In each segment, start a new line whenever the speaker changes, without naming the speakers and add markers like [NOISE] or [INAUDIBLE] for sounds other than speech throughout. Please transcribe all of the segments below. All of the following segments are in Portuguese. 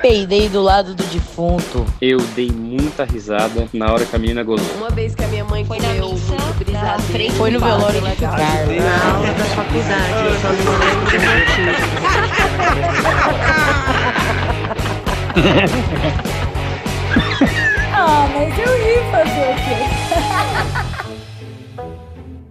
peidei do lado do defunto.
Eu dei muita risada na hora que a menina gozou.
Uma vez que a minha mãe
Foi na
comeu
missa,
muito
na
brisadeiro.
frente
Foi no
do padre,
velório
né,
de
cara?
Carlos.
Na aula da faculdade, eu só não lembro do motivo.
Ah, mas eu ri fazer o quê?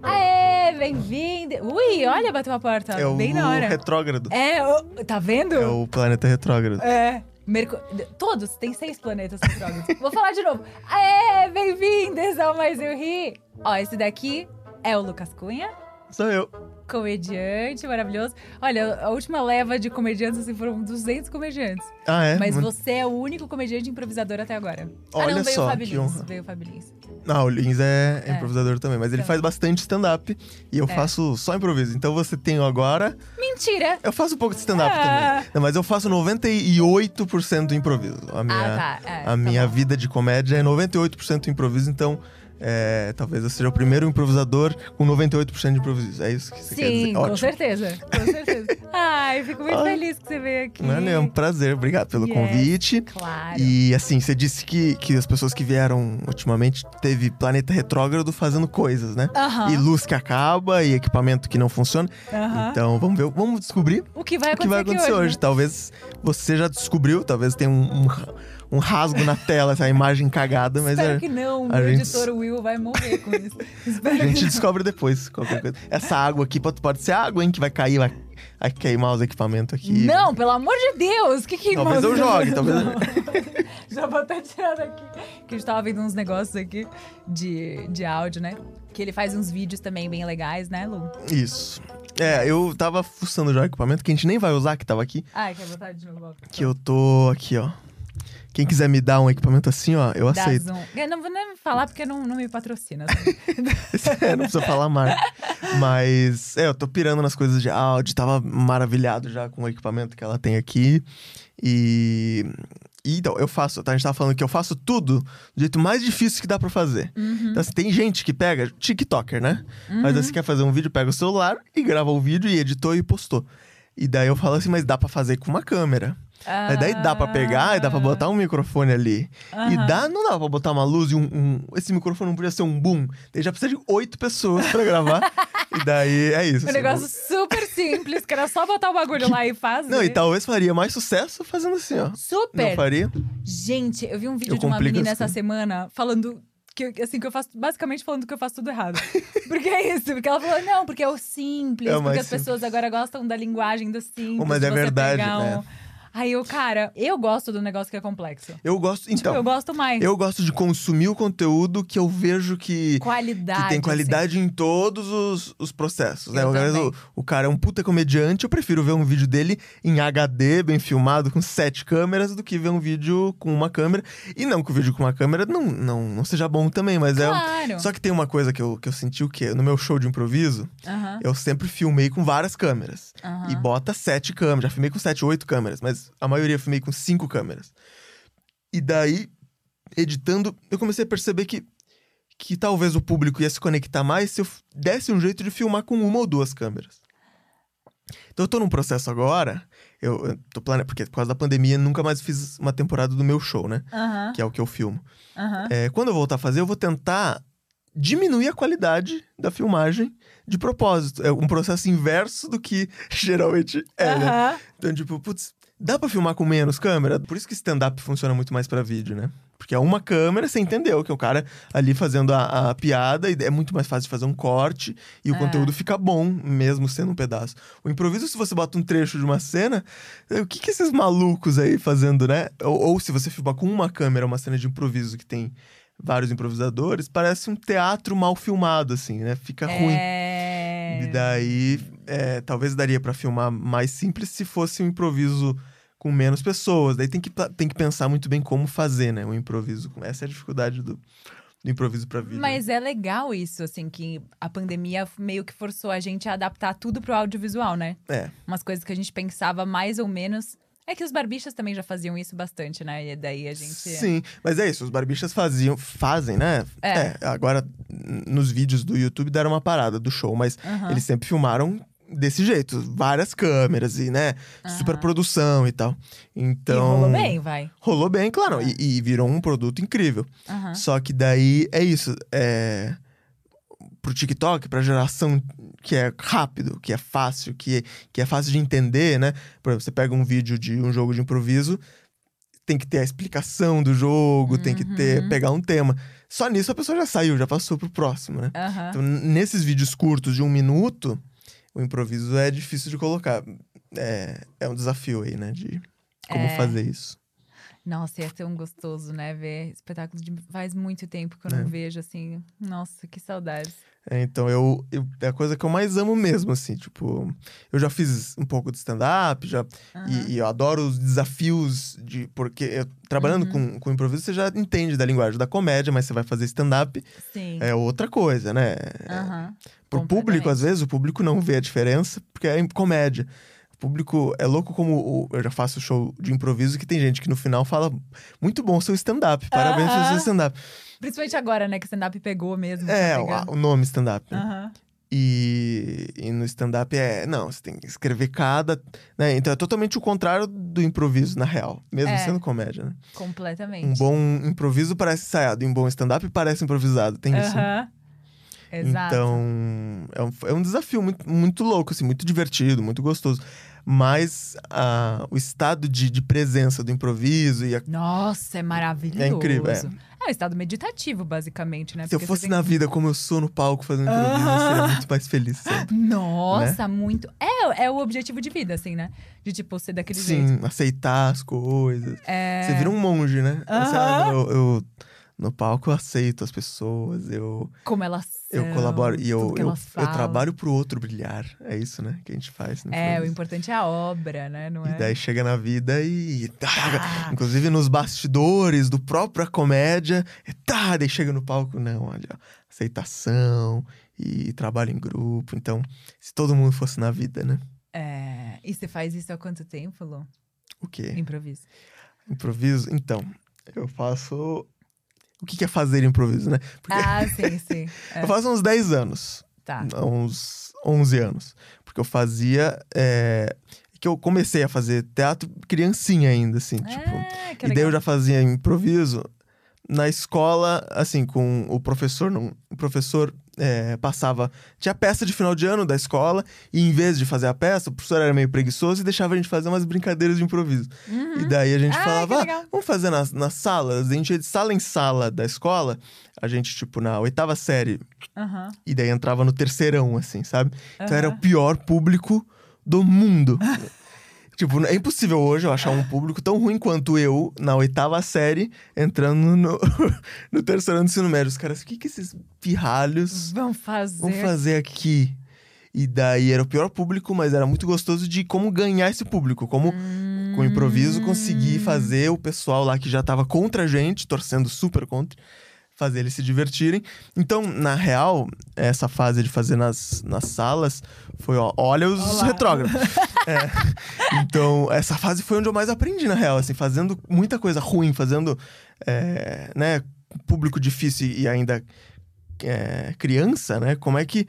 [LAUGHS] Aê, bem-vindo! Ui, olha, bateu a porta.
É o
Tá, bem na hora.
retrógrado.
É, o- tá vendo?
É o planeta retrógrado.
É. Mercu- Todos, tem seis planetas retrógrados. Vou falar de novo. Aê, bem-vindos ao Mais Eu Ri. Ó, esse daqui é o Lucas Cunha.
Sou eu.
Comediante maravilhoso. Olha, a última leva de comediantes assim, foram 200 comediantes.
Ah, é?
Mas
Mano,
você é o único comediante improvisador até agora. ah,
Olha
não, veio
só,
o Fábio
que
Lins,
honra.
Veio o Fábio Lins.
Ah, o Lins é,
É.
improvisador também, mas ele
Então.
faz bastante stand-up e eu
É.
faço só improviso. Então você tem o agora.
Mentira!
Eu faço um pouco de stand-up
Ah.
também. Não, mas eu faço 98% do improviso. A minha,
ah, tá. É,
a
tá
minha
bom.
vida de comédia é 98% improviso, então é, talvez eu seja o primeiro improvisador com 98% de improviso. É isso que você quer dizer?
Sim, com
Ótimo.
certeza. Com certeza.
[LAUGHS]
Ai, fico muito
Ai.
feliz que você veio aqui.
Mano, é um prazer. Obrigado pelo
Yes.
convite.
Claro.
E assim, você disse que, que as pessoas que vieram ultimamente teve planeta retrógrado fazendo coisas, né?
Aham.
E luz que acaba, e equipamento que não funciona.
aham.
Então vamos ver, vamos descobrir
o que vai
o
acontecer,
que vai acontecer
aqui
hoje.
hoje? né?
Talvez você já descobriu, talvez tenha um, um, ra- um rasgo na tela, essa imagem cagada, mas é,
Espero
a,
que não.
a
Meu
gente-
editor Will vai morrer com
[LAUGHS]
isso.
a
Espero
gente
que
descobre depois qualquer coisa. Essa água aqui pode, pode ser água, hein, que vai cair, vai, vai queimar os equipamentos aqui.
não. Não, pelo amor de Deus! Que que
Talvez eu jogue, talvez eu-
Não. [LAUGHS] Já vou até tirar daqui. Que a gente tava vendo uns negócios aqui de, de áudio, né? Que ele faz uns vídeos também bem legais, né, Lu?
Isso. É, eu tava fuçando já o equipamento que a gente nem vai usar, que tava aqui.
Ai, quer botar de novo? ó.
Que eu tô aqui, ó. Quem quiser me dar um equipamento assim, ó, eu
Da
aceito.
Zoom. Eu não vou nem falar porque não, não me patrocina. tá?
[LAUGHS] É, não precisa falar mais. Mas, é, eu tô pirando nas coisas de áudio. Tava maravilhado já com o equipamento que ela tem aqui. E. e, então, eu faço. tá? A gente tava falando que eu faço tudo do jeito mais difícil que dá pra fazer. Então, assim, tem gente que pega. TikToker, né? Mas aí você quer fazer um vídeo, pega o celular e grava o vídeo e editou e postou. E daí eu falo assim, mas dá pra fazer com uma câmera. Mas daí dá pra pegar e dá pra
Ah.
botar um microfone ali. E dá, não dá pra botar uma luz e um, um- Esse microfone não podia ser um boom. Daí já precisa de oito pessoas pra gravar. e daí é isso.
Um
assim,
negócio super simples, que era só botar o bagulho lá e fazer.
[LAUGHS] Não, e talvez faria mais sucesso fazendo assim, ó. Não
Super!
faria?
Gente, eu vi um vídeo
Eu
de uma
complico
menina
as
essa
coisas.
semana falando que assim que eu faço basicamente falando que eu faço tudo errado. porque é isso, porque ela falou não, porque é o simples,
É o
porque
mais
as pessoas agora gostam da linguagem do simples.
Mas
de
é
você
verdade,
pegar um-
né?
Aí eu, cara, eu gosto do negócio que é complexo.
Eu gosto. Então,
tipo, eu gosto mais.
eu gosto de consumir o conteúdo que eu vejo que.
Qualidade. assim.
Que tem qualidade em todos os, os processos, né?
Eu
Às vezes
também.
o, o cara é um puta comediante, eu prefiro ver um vídeo dele em HD, bem filmado, com sete câmeras, do que ver um vídeo com uma câmera. E não que o vídeo com uma câmera não, não, não seja bom também, mas
assim.
é.
Claro.
um- Só que tem uma coisa que eu, que eu senti o quê? No meu show de improviso,
Aham,
eu sempre filmei com várias câmeras.
aham.
E bota sete câmeras. Já filmei com sete, oito câmeras, mas a maioria eu filmei com cinco câmeras. E daí, editando, eu comecei a perceber que, que talvez o público ia se conectar mais se eu f- desse um jeito de filmar com uma ou duas câmeras. Então eu tô num processo agora, eu, eu tô planejando, porque por causa da pandemia nunca mais fiz uma temporada do meu show, né?
Aham,
Que é o que eu filmo.
aham.
É, quando eu voltar a fazer, eu vou tentar diminuir a qualidade da filmagem de propósito. É um processo inverso do que [LAUGHS] geralmente é, né?
Aham.
Então, tipo, putz, dá pra filmar com menos câmera? Por isso que stand-up funciona muito mais pra vídeo, né? Porque é uma câmera, você entendeu que é o cara ali fazendo a, a piada, e é muito mais fácil de fazer um corte e o
É.
conteúdo fica bom, mesmo sendo um pedaço. O improviso, se você bota um trecho de uma cena, eh, o que, que esses malucos aí fazendo, né? Ou, ou se você filmar com uma câmera uma cena de improviso que tem vários improvisadores, parece um teatro mal filmado, assim, né? Fica ruim.
É...
E daí, é, talvez daria pra filmar mais simples se fosse um improviso com menos pessoas. Daí tem que, pla- tem que pensar muito bem como fazer, né? Um improviso. com- Essa é a dificuldade do, do improviso pra vídeo. né?
Mas é legal isso, assim, que a pandemia meio que forçou a gente a adaptar tudo pro audiovisual, né?
É.
Umas coisas que a gente pensava mais ou menos. É que os barbichas também já faziam isso bastante, né? E daí a gente.
Sim, mas é isso. Os barbichas faziam, fazem, né?
É.
agora, n- nos vídeos do YouTube deram uma parada do show, mas
Aham.
eles sempre filmaram desse jeito. Várias câmeras e, né?
Aham.
Super produção e tal. Então.
E rolou bem, É. vai.
Rolou bem, claro. E, e virou um produto incrível.
Aham.
Só que daí é isso. É... Pro TikTok, pra geração que é rápido, que é fácil, que, que é fácil de entender, né? Por exemplo, você pega um vídeo de um jogo de improviso, tem que ter a explicação do jogo, tem que ter
Uhum.
pegar um tema. Só nisso a pessoa já saiu, já passou pro próximo, né?
Aham.
Então, n- nesses vídeos curtos de um minuto, o improviso é difícil de colocar. É, é um desafio aí, né? De como
É.
fazer isso.
Nossa, ia ser um gostoso, né? Ver espetáculo de. Faz muito tempo que eu
É.
não vejo, assim. Nossa, que saudades.
É, então, eu, eu- É a coisa que eu mais amo mesmo, assim. Tipo, eu já fiz um pouco de stand-up, já.
Aham.
E, e eu adoro os desafios de. Porque eu- trabalhando
Uhum.
com, com improviso, você já entende da linguagem da comédia, mas você vai fazer stand-up,
Sim.
é outra coisa, né?
Aham.
Pro público, às vezes, o público não vê a diferença, porque é em comédia. O público é louco como o- eu já faço show de improviso que tem gente que no final fala muito bom seu stand-up, parabéns pelo seu
Aham.
stand-up.
Principalmente agora, né? Que stand-up pegou mesmo.
É,
tá
o, a-
pegando.
o nome stand-up. né?
Aham.
E, e no stand-up é. Não, você tem que escrever cada. né? Então é totalmente o contrário do improviso, na real. Mesmo
É.
sendo comédia, né? Um
Completamente.
bom improviso parece ensaiado, e um bom stand-up parece improvisado. Tem isso. né?
Aham. Exato.
Então, é um, é um desafio muito, muito louco, assim, muito divertido, muito gostoso. Mas ah, o estado de, de presença do improviso e a-
Nossa, é maravilhoso.
É incrível, é.
É um estado meditativo, basicamente, né?
se eu
Porque você
fosse
tem-
na vida como eu sou no palco fazendo improviso, eu seria
Aham.
muito mais feliz. sempre.
Nossa, muito. É, é o objetivo de vida, assim, né? De tipo, ser daquele jeito.
Sim, aceitar as coisas.
É...
Você vira um monge, né?
Aham.
Você, ah, não, eu, eu- no palco eu aceito as pessoas, eu,
Como elas são,
eu colaboro e eu,
tudo que
eu,
elas
eu
falam.
trabalho pro outro brilhar. É isso, né? Que a gente faz. no
É, o
improviso.
importante é a obra, né? Não é?
E daí chega na vida e. tá,
Ah.
Inclusive nos bastidores do própria comédia. é, Tá, daí chega no palco, não, olha, ó, aceitação e trabalho em grupo. Então, se todo mundo fosse na vida, né?
É, E você faz isso há quanto tempo, Lu?
O quê?
Improviso.
Improviso? Então, eu faço. O que que é fazer improviso, né? Porque
Ah, sim,
[LAUGHS]
sim. é.
eu faço uns 10 anos,
Tá.
uns 11 anos. Porque eu fazia. é, Que eu comecei a fazer teatro criancinha ainda, assim, tipo.
ah, que
e daí eu
legal.
já fazia improviso na escola, assim, com o professor. Não, o professor é, passava. Tinha peça de final de ano da escola, e em vez de fazer a peça, o professor era meio preguiçoso e deixava a gente fazer umas brincadeiras de improviso.
Uhum.
E daí a gente
Ah, que
falava,
legal."
"Ah, vamos fazer nas, nas salas. A gente ia de sala em sala da escola, a gente, tipo, na oitava série,
Aham,
e daí entrava no terceirão, assim, sabe? Então era o
aham.
pior público do mundo. tipo, é impossível hoje eu achar um público tão ruim quanto eu, na oitava série, entrando no, [LAUGHS] no terceiro ano do ensino médio. Os caras, o que, que esses pirralhos
Vão fazer.
vão fazer aqui? E daí era o pior público, mas era muito gostoso de como ganhar esse público, como com
Hum. um
o improviso conseguir fazer o pessoal lá que já tava contra a gente, torcendo super contra, fazer eles se divertirem. Então, na real, essa fase de fazer nas, nas salas foi, ó, olha os
Olá.
retrógrados. É. Então, essa fase foi onde eu mais aprendi, na real, assim, fazendo muita coisa ruim, fazendo, é, né, público difícil e ainda é, criança, né, como é que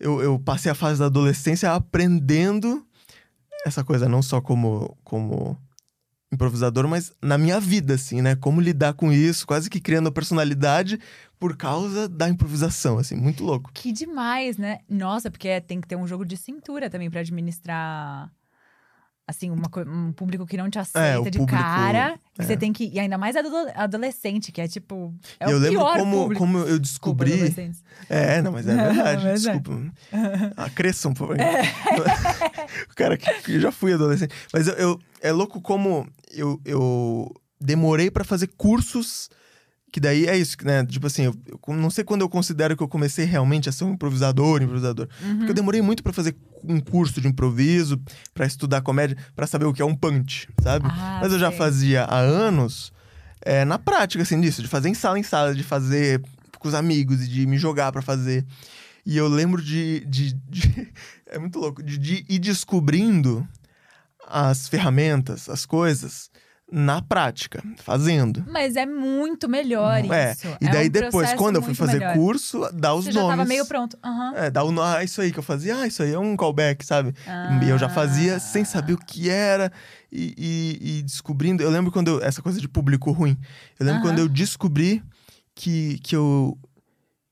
eu, eu passei a fase da adolescência aprendendo essa coisa não só como, como improvisador, mas na minha vida, assim, né? Como lidar com isso, quase que criando a personalidade por causa da improvisação, assim, muito louco.
Que demais, né? Nossa, porque tem que ter um jogo de cintura também pra administrar. Assim, uma co- um público que não te aceita
É, o
de
público-
cara. Que
é.
você tem que. E ainda mais ado- adolescente, que é tipo. É o
E eu lembro
pior
como,
público.
como eu
Desculpa,
descobri. [LAUGHS]
adolescentes.
é, não,
[LAUGHS]
mas é verdade,
Mas é.
desculpa. Ah, cresçam, por favor. [LAUGHS] o cara que, que já fui adolescente. Mas eu, eu- é louco como eu, eu demorei pra fazer cursos. Que daí é isso, né? Tipo assim, eu, eu não sei quando eu considero que eu comecei realmente a ser um improvisador, improvisador.
Uhum.
Porque eu demorei muito pra fazer um curso de improviso, pra estudar comédia, pra saber o que é um punch, sabe?
Ah,
Mas eu já
sei.
fazia há anos é, na prática, assim, disso, de fazer em sala em sala, de fazer com os amigos e de me jogar pra fazer. E eu lembro de. de- de- [LAUGHS] é muito louco, de, de ir descobrindo as ferramentas, as coisas na prática, fazendo.
Mas é muito melhor
É,
isso.
E daí
um
depois,
processo
quando eu fui
muito
fazer
melhor.
curso, dá os
Você já
nomes.
tava meio pronto. Aham.
É, dá o no... Ah, isso aí que eu fazia, ah, isso aí é um callback, sabe?
Ah.
E eu já fazia sem saber o que era e, e- e descobrindo. Eu lembro quando eu. Essa coisa de público ruim. Eu lembro
Aham.
quando eu descobri que, que eu.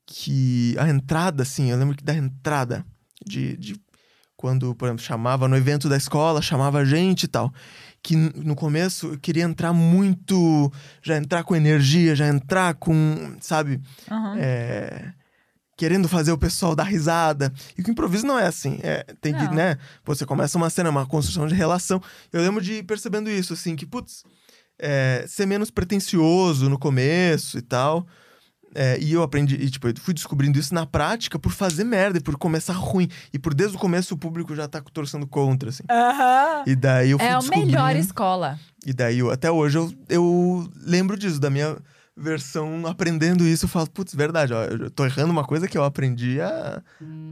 Que a entrada, assim, eu lembro que da entrada de. de quando, por exemplo, chamava no evento da escola, chamava a gente e tal. Que n- no começo eu queria entrar muito. Já entrar com energia, já entrar com. Sabe?
Ah, aham.
é, querendo fazer o pessoal dar risada. E que o improviso não é assim. É, tem
Não.
que, né? pô, Você começa uma cena, uma construção de relação. Eu lembro de ir percebendo isso, assim, que, putz, é, ser menos pretencioso no começo e tal. É, e eu aprendi, e, tipo, eu fui descobrindo isso na prática por fazer merda e por começar ruim. E por desde o começo o público já tá torcendo contra, assim.
Aham.
E daí eu fui
É a melhor
descobrindo-
escola.
e daí, eu- até hoje, eu, eu lembro disso, da minha versão aprendendo isso. Eu falo, putz, verdade, ó, eu tô errando uma coisa que eu aprendi há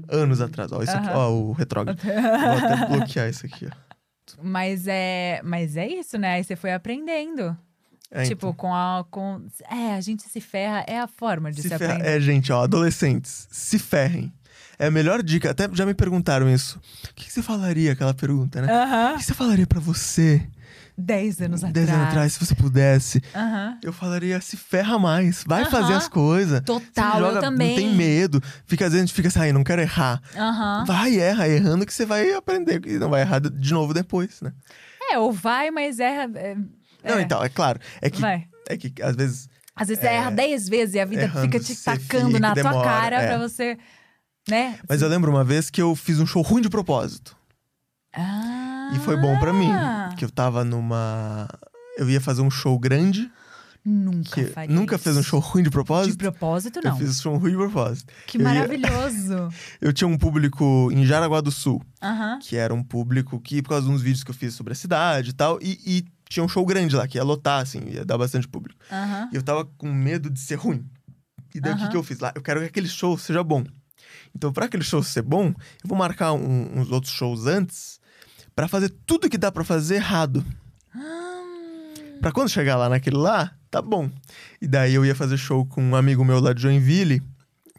anos atrás. Ó, isso aqui,
Hum. Aham.
ó,
[LAUGHS]
o retrógrado. Vou até bloquear isso aqui, ó.
Mas é, mas é isso, né? Aí você foi aprendendo.
É,
tipo, com a. Com... É, a gente se ferra, é a forma de
então,
se,
se ferra...
aprender.
É, gente, ó, adolescentes, se ferrem. É a melhor dica, até já me perguntaram isso. O que, que você falaria, aquela pergunta, né? O
Aham.
que você falaria pra você
Dez anos atrás.
dez anos atrás, se você pudesse?
Aham.
Eu falaria, se ferra mais, vai fazer
Aham.
as coisas. Se
Total,
joga,
eu também.
Não tem medo. Fica, às vezes a gente fica assim, "Ai, não quero errar.
Aham.
Vai, erra, errando que você vai aprender. E não vai errar de- de novo depois, né?
É, ou vai, mas erra. é-
Não,
é,
então, é claro. É que,
Vai.
é que às vezes.
Às vezes você erra dez vezes e a vida
É. errando,
fica te
você
tacando
fica,
na tua
demora,
cara
é.
pra você. Né?
Mas eu lembro uma vez que eu fiz um show ruim de propósito.
Ah.
E foi bom pra mim. Que eu tava numa. Eu ia fazer um show grande.
Nunca
Que
faria
nunca fez um
isso.
show ruim de propósito.
De propósito,
eu
não.
fiz um show ruim de propósito.
Que
eu ia-
maravilhoso.
Eu tinha um público em Jaraguá do Sul.
Aham.
que era um público que, por causa de uns vídeos que eu fiz sobre a cidade e tal, e, e tinha um show grande lá, que ia lotar, assim, ia dar bastante público.
Aham.
E eu tava com medo de ser ruim. E daí o
Aham.
que, que eu fiz lá? Eu quero que aquele show seja bom. Então, pra aquele show ser bom, eu vou marcar um- uns outros shows antes pra fazer tudo que dá pra fazer errado. Pra quando chegar lá naquele lá, tá bom. E daí eu ia fazer show com um amigo meu lá de Joinville,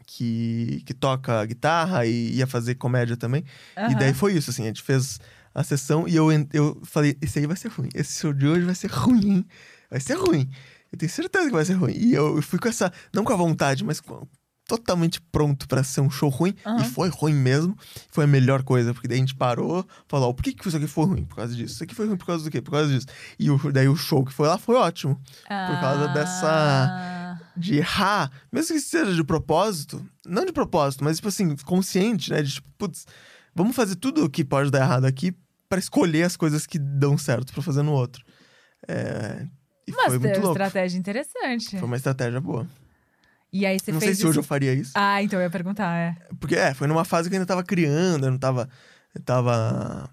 que, que toca guitarra e ia fazer comédia também. E daí foi isso, assim, a gente fez a sessão e eu, en- eu falei, esse aí vai ser ruim, esse show de hoje vai ser ruim, hein? vai ser ruim. Eu tenho certeza que vai ser ruim. E eu eu fui com essa, não com a vontade, mas com- totalmente pronto pra ser um show ruim.
Aham.
E foi ruim mesmo. Foi a melhor coisa, porque daí a gente parou, falou, ó, por que, que isso aqui foi ruim? Por causa disso. Isso aqui foi ruim por causa do quê? Por causa disso. E o- daí o show que foi lá foi ótimo por causa dessa-
Ah.
de errar, mesmo que seja de propósito, não de propósito, mas tipo assim, consciente, né? De tipo, putz, vamos fazer tudo o que pode dar errado aqui pra escolher as coisas que dão certo pra fazer no outro. É, e
Mas
foi muito
é uma
louco.
estratégia interessante.
Foi uma estratégia boa.
E aí você
não sei
fez
se hoje eu
isso-
faria isso.
Ah, então eu ia perguntar, é.
Porque é, foi numa fase que eu ainda tava criando, eu não tava. Eu tava.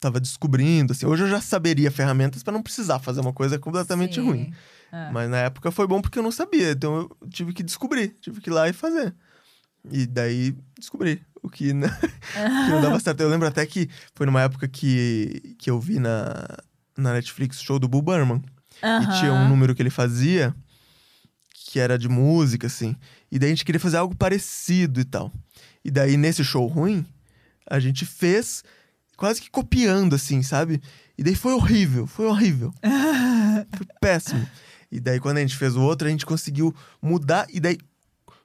Tava descobrindo, assim. Hoje eu já saberia ferramentas pra não precisar fazer uma coisa completamente
Sim.
ruim.
Ah.
Mas na época foi bom porque eu não sabia, então eu tive que descobrir, tive que ir lá e fazer. E daí descobri o que, né, [LAUGHS] que não dava certo. Eu lembro até que foi numa época que, que eu vi na, na Netflix o show do Bull Burman. E tinha um
Aham.
número que ele fazia que era de música, assim. E daí a gente queria fazer algo parecido e tal. E daí nesse show ruim, a gente fez quase que copiando, assim, sabe? E daí foi horrível, foi horrível. foi péssimo. E daí quando a gente fez o outro, a gente conseguiu mudar. E daí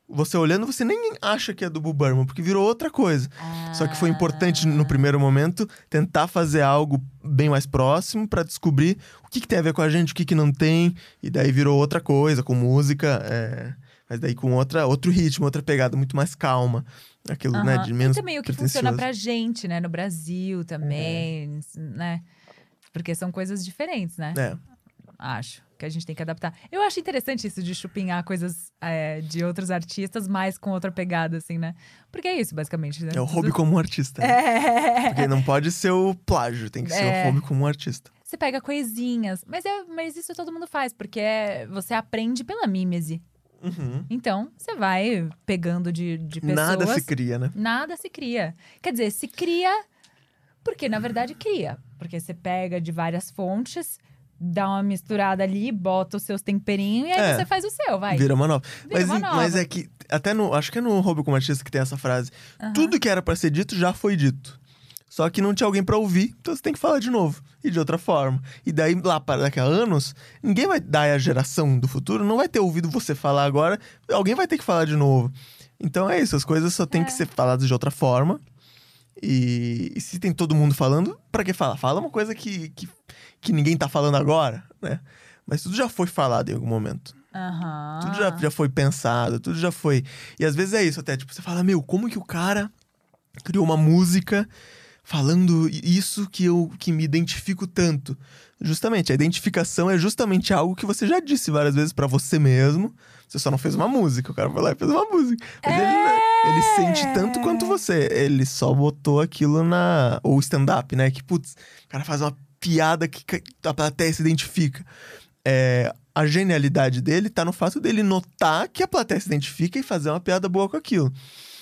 você olhando, você nem acha que é do Bull Burman, porque virou outra coisa. Só
Ah.
que foi importante no primeiro momento tentar fazer algo bem mais próximo pra descobrir o que, que tem a ver com a gente, o que, que não tem. E daí virou outra coisa, com música, é, mas daí com outra, outro ritmo, outra pegada muito mais calma. Aquilo, né,
Aham.
de menos É.
E também o que funciona
pretensioso.
pra gente, né? No Brasil também, né? Porque são coisas diferentes, né?
É.
Acho que a gente tem que adaptar. Eu acho interessante isso de chupinhar coisas é, de outros artistas, mas com outra pegada, assim, né? Porque é isso, basicamente. Né?
É o hobby
Tudo-
como um artista. né?
É.
Porque não pode ser o plágio, tem que ser
É.
o hobby como um artista.
[LAUGHS] Você pega coisinhas. Mas, é, mas isso todo mundo faz, porque é- você aprende pela mímese.
Uhum.
Então, você vai pegando de, de pessoas.
Nada se cria, né?
Nada se cria. Quer dizer, se cria porque, na verdade, cria. Porque você pega de várias fontes, dá uma misturada ali, bota os seus temperinhos e aí
É.
você faz o seu, vai.
Vira uma nova.
Vira
Mas,
uma
em-
nova.
mas é que, até no. Acho que é no Roubo com Machista que tem essa frase.
Aham.
Tudo que era pra ser dito já foi dito. Só que não tinha alguém pra ouvir, então você tem que falar de novo. E de outra forma. E daí, lá para daqui a anos, ninguém vai dar a geração do futuro, não vai ter ouvido você falar agora, alguém vai ter que falar de novo. Então é isso, as coisas só têm que ser faladas de outra forma. E, e se tem todo mundo falando, pra que falar? Fala uma coisa que, que, que ninguém tá falando agora, né? Mas tudo já foi falado em algum momento.
Aham.
Tudo já, já foi pensado, tudo já foi. E às vezes é isso até, tipo, você fala, meu, como que o cara criou uma música falando i- isso que eu que me identifico tanto? Justamente, a identificação é justamente algo que você já disse várias vezes pra você mesmo. Você só não fez uma música, o cara foi lá e fez uma música. Mas ele, ele sente tanto quanto você. Ele só botou aquilo na. Ou stand-up, né? Que, putz, o cara faz uma piada que ca- a plateia se identifica. É, a genialidade dele tá no fato dele notar que a plateia se identifica e fazer uma piada boa com aquilo.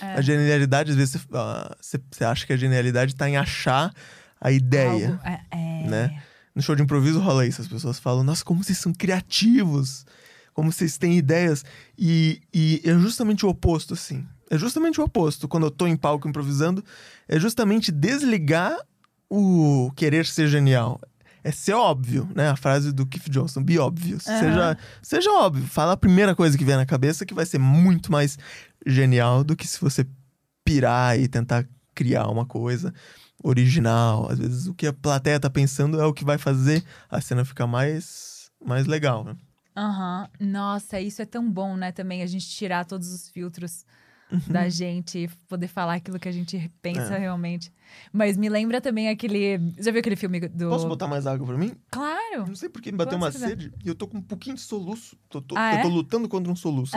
É.
A genialidade, às vezes, você- ah, você você acha que a genialidade tá em achar a ideia.
Algo- é, é.
né? No show de improviso rola isso, as pessoas falam, nossa, como vocês são criativos, como vocês têm ideias. E, e é justamente o oposto, assim. É justamente o oposto. Quando eu tô em palco improvisando, é justamente desligar o querer ser genial. É ser óbvio, né? A frase do Keith Johnson, be obvious.
Aham.
Seja, seja óbvio, fala a primeira coisa que vier na cabeça que vai ser muito mais genial do que se você pirar e tentar criar uma coisa original. Às vezes o que a plateia tá pensando é o que vai fazer a cena ficar mais, mais legal, né?
Aham. Nossa, isso é tão bom, né? Também a gente tirar todos os filtros
Uhum.
da gente e poder falar aquilo que a gente
É.
pensa realmente. Mas me lembra também aquele. Já viu aquele filme do.
Posso botar mais água pra mim?
Claro!
Não sei porque me bateu
Pode
uma
se quiser.
sede e eu tô com um pouquinho de soluço. Tô- tô-
Ah,
eu tô
é? Ah.
lutando contra um soluço.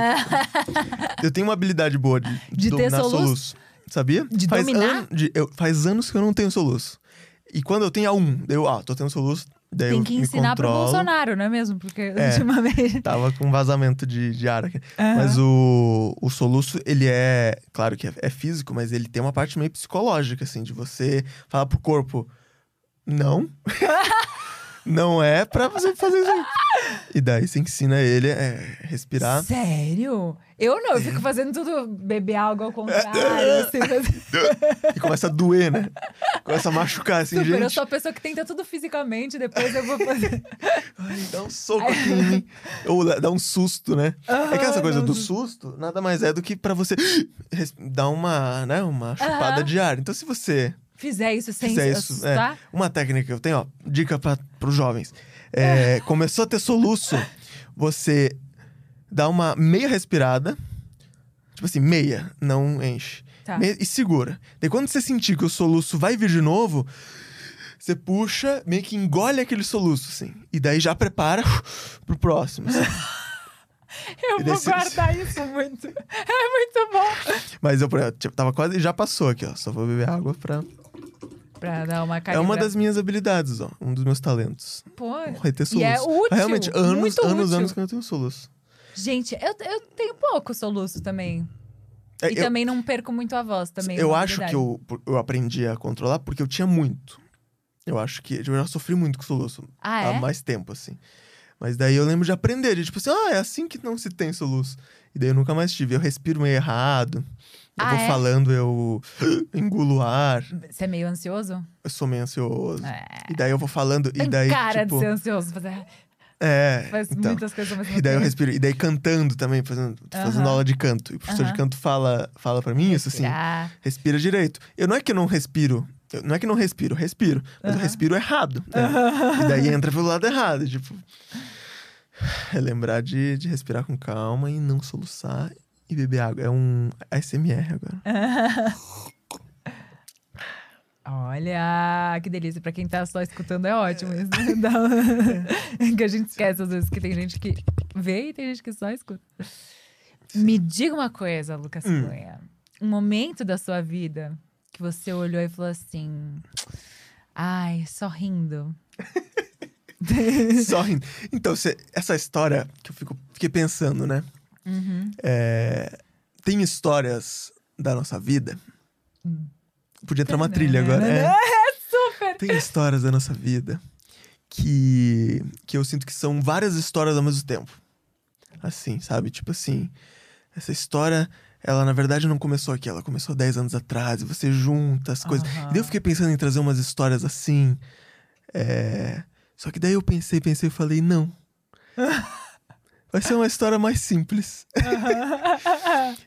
eu tenho uma habilidade
[LAUGHS]
boa de,
De ter
dominar
soluço?
Sabia?
De
faz
dominar?
ano- de- eu- faz anos que eu não tenho soluço. E quando eu tenho a um, eu, ah, tô tendo soluço, daí
Tem
eu
que
me
ensinar pro
controlo.
Bolsonaro, não é mesmo? Porque [LAUGHS] ultimamente.
Tava com um vazamento de, de ar aqui.
Aham.
Mas o, o soluço, ele é. Claro que é, é físico, mas ele tem uma parte meio psicológica, assim, de você falar pro corpo:
[LAUGHS]
não. não é pra você fazer isso. aí." E daí você ensina ele é, respirar.
Sério? Eu
É.
não, eu fico fazendo tudo, beber algo ao contrário. assim, mas-
E começa a doer, né? Começa a machucar, assim,
super, eu
gente.
sou a pessoa que tenta tudo fisicamente, depois eu vou
[LAUGHS]
fazer.
Ai, dá um soco aqui em mim. Ou dá um susto, né? É que essa coisa do susto nada mais é do que pra você [GASPS] res- dar uma, né, uma chupada
Aham.
de ar. Então, se você
Fizer isso sem
Fizer
se
isso, é.
assustar.
Uma técnica que eu tenho, ó, dica para os jovens.
Ah.
É, começou a ter soluço, você dá uma meia respirada, tipo assim, meia, não enche.
Tá.
Me- e segura. Daí quando você sentir que o soluço vai vir de novo, você puxa, meio que engole aquele soluço, assim. E daí já prepara pro próximo. assim.
Ah. Eu
E
vou
desse-
guardar isso muito. [LAUGHS] É muito bom.
Mas eu, por exemplo, tipo, tava quase, já passou aqui, ó. Só vou beber água pra.
Pra dar uma
É
cara.
uma das minas habilidades, ó. Um dos meus talentos.
Pô.
Vai ter soluço.
E é útil,
Realmente, anos,
muito
anos,
útil.
anos que eu não tenho soluço.
Gente, eu, eu tenho pouco soluço também.
É,
e
eu
também não perco muito a voz também. é
eu
na
acho que
verdade.
eu, por- eu aprendi a controlar porque eu tinha muito. Eu acho que tipo, eu já sofri muito com soluço
Ah, é?
há mais tempo, assim. Mas daí eu lembro de aprender, de tipo assim, ah, é assim que não se tem soluço. E daí eu nunca mais tive. Eu respiro meio errado. Eu
Ah,
vou
é?
falando, eu [GASPS] engulo ar.
Você é meio ansioso?
Eu sou meio ansioso.
É.
E daí eu vou falando. E
Tem
daí,
cara
tipo.
de ser ansioso. Fazer...
É.
Faz
então.
muitas coisas ao mesmo
E daí eu
tempo.
respiro. E daí cantando também, fazendo, tô fazendo
Aham.
aula de canto. E o professor de
Aham.
canto fala, fala para mim isso, assim.
Ah,
Respira direito. Eu não é que eu não respiro. eu- não é que eu não respiro, eu respiro. Mas eu
Aham.
respiro errado. né? E daí entra pelo lado errado. Tipo. É lembrar de, de respirar com calma e não soluçar e beber água. É um ASMR agora.
Olha, que delícia. Pra quem tá só escutando, é ótimo. Isso [LAUGHS] dá uma- [LAUGHS] que a gente esquece às vezes que tem gente que vê e tem gente que só escuta. Me diga uma coisa, Lucas
Hum.
Cunha. Um momento da sua vida que você olhou e falou assim: Ai, sorrindo. [LAUGHS]
Só rindo. Então, cê- essa história que eu fico, fiquei pensando, né?
Uhum.
É, tem histórias da nossa vida. Podia entrar uma trilha agora. É.
[LAUGHS] Super!
Tem histórias da nossa vida que, que eu sinto que são várias histórias ao mesmo tempo. Assim, sabe? Tipo assim, essa história, ela na verdade não começou aqui, ela começou 10 anos atrás, e você junta as coisas. E daí eu fiquei pensando em trazer umas histórias assim. é, Só que daí eu pensei, pensei e falei, não.
[LAUGHS]
Vai ser uma história mais
[LAUGHS]
simples.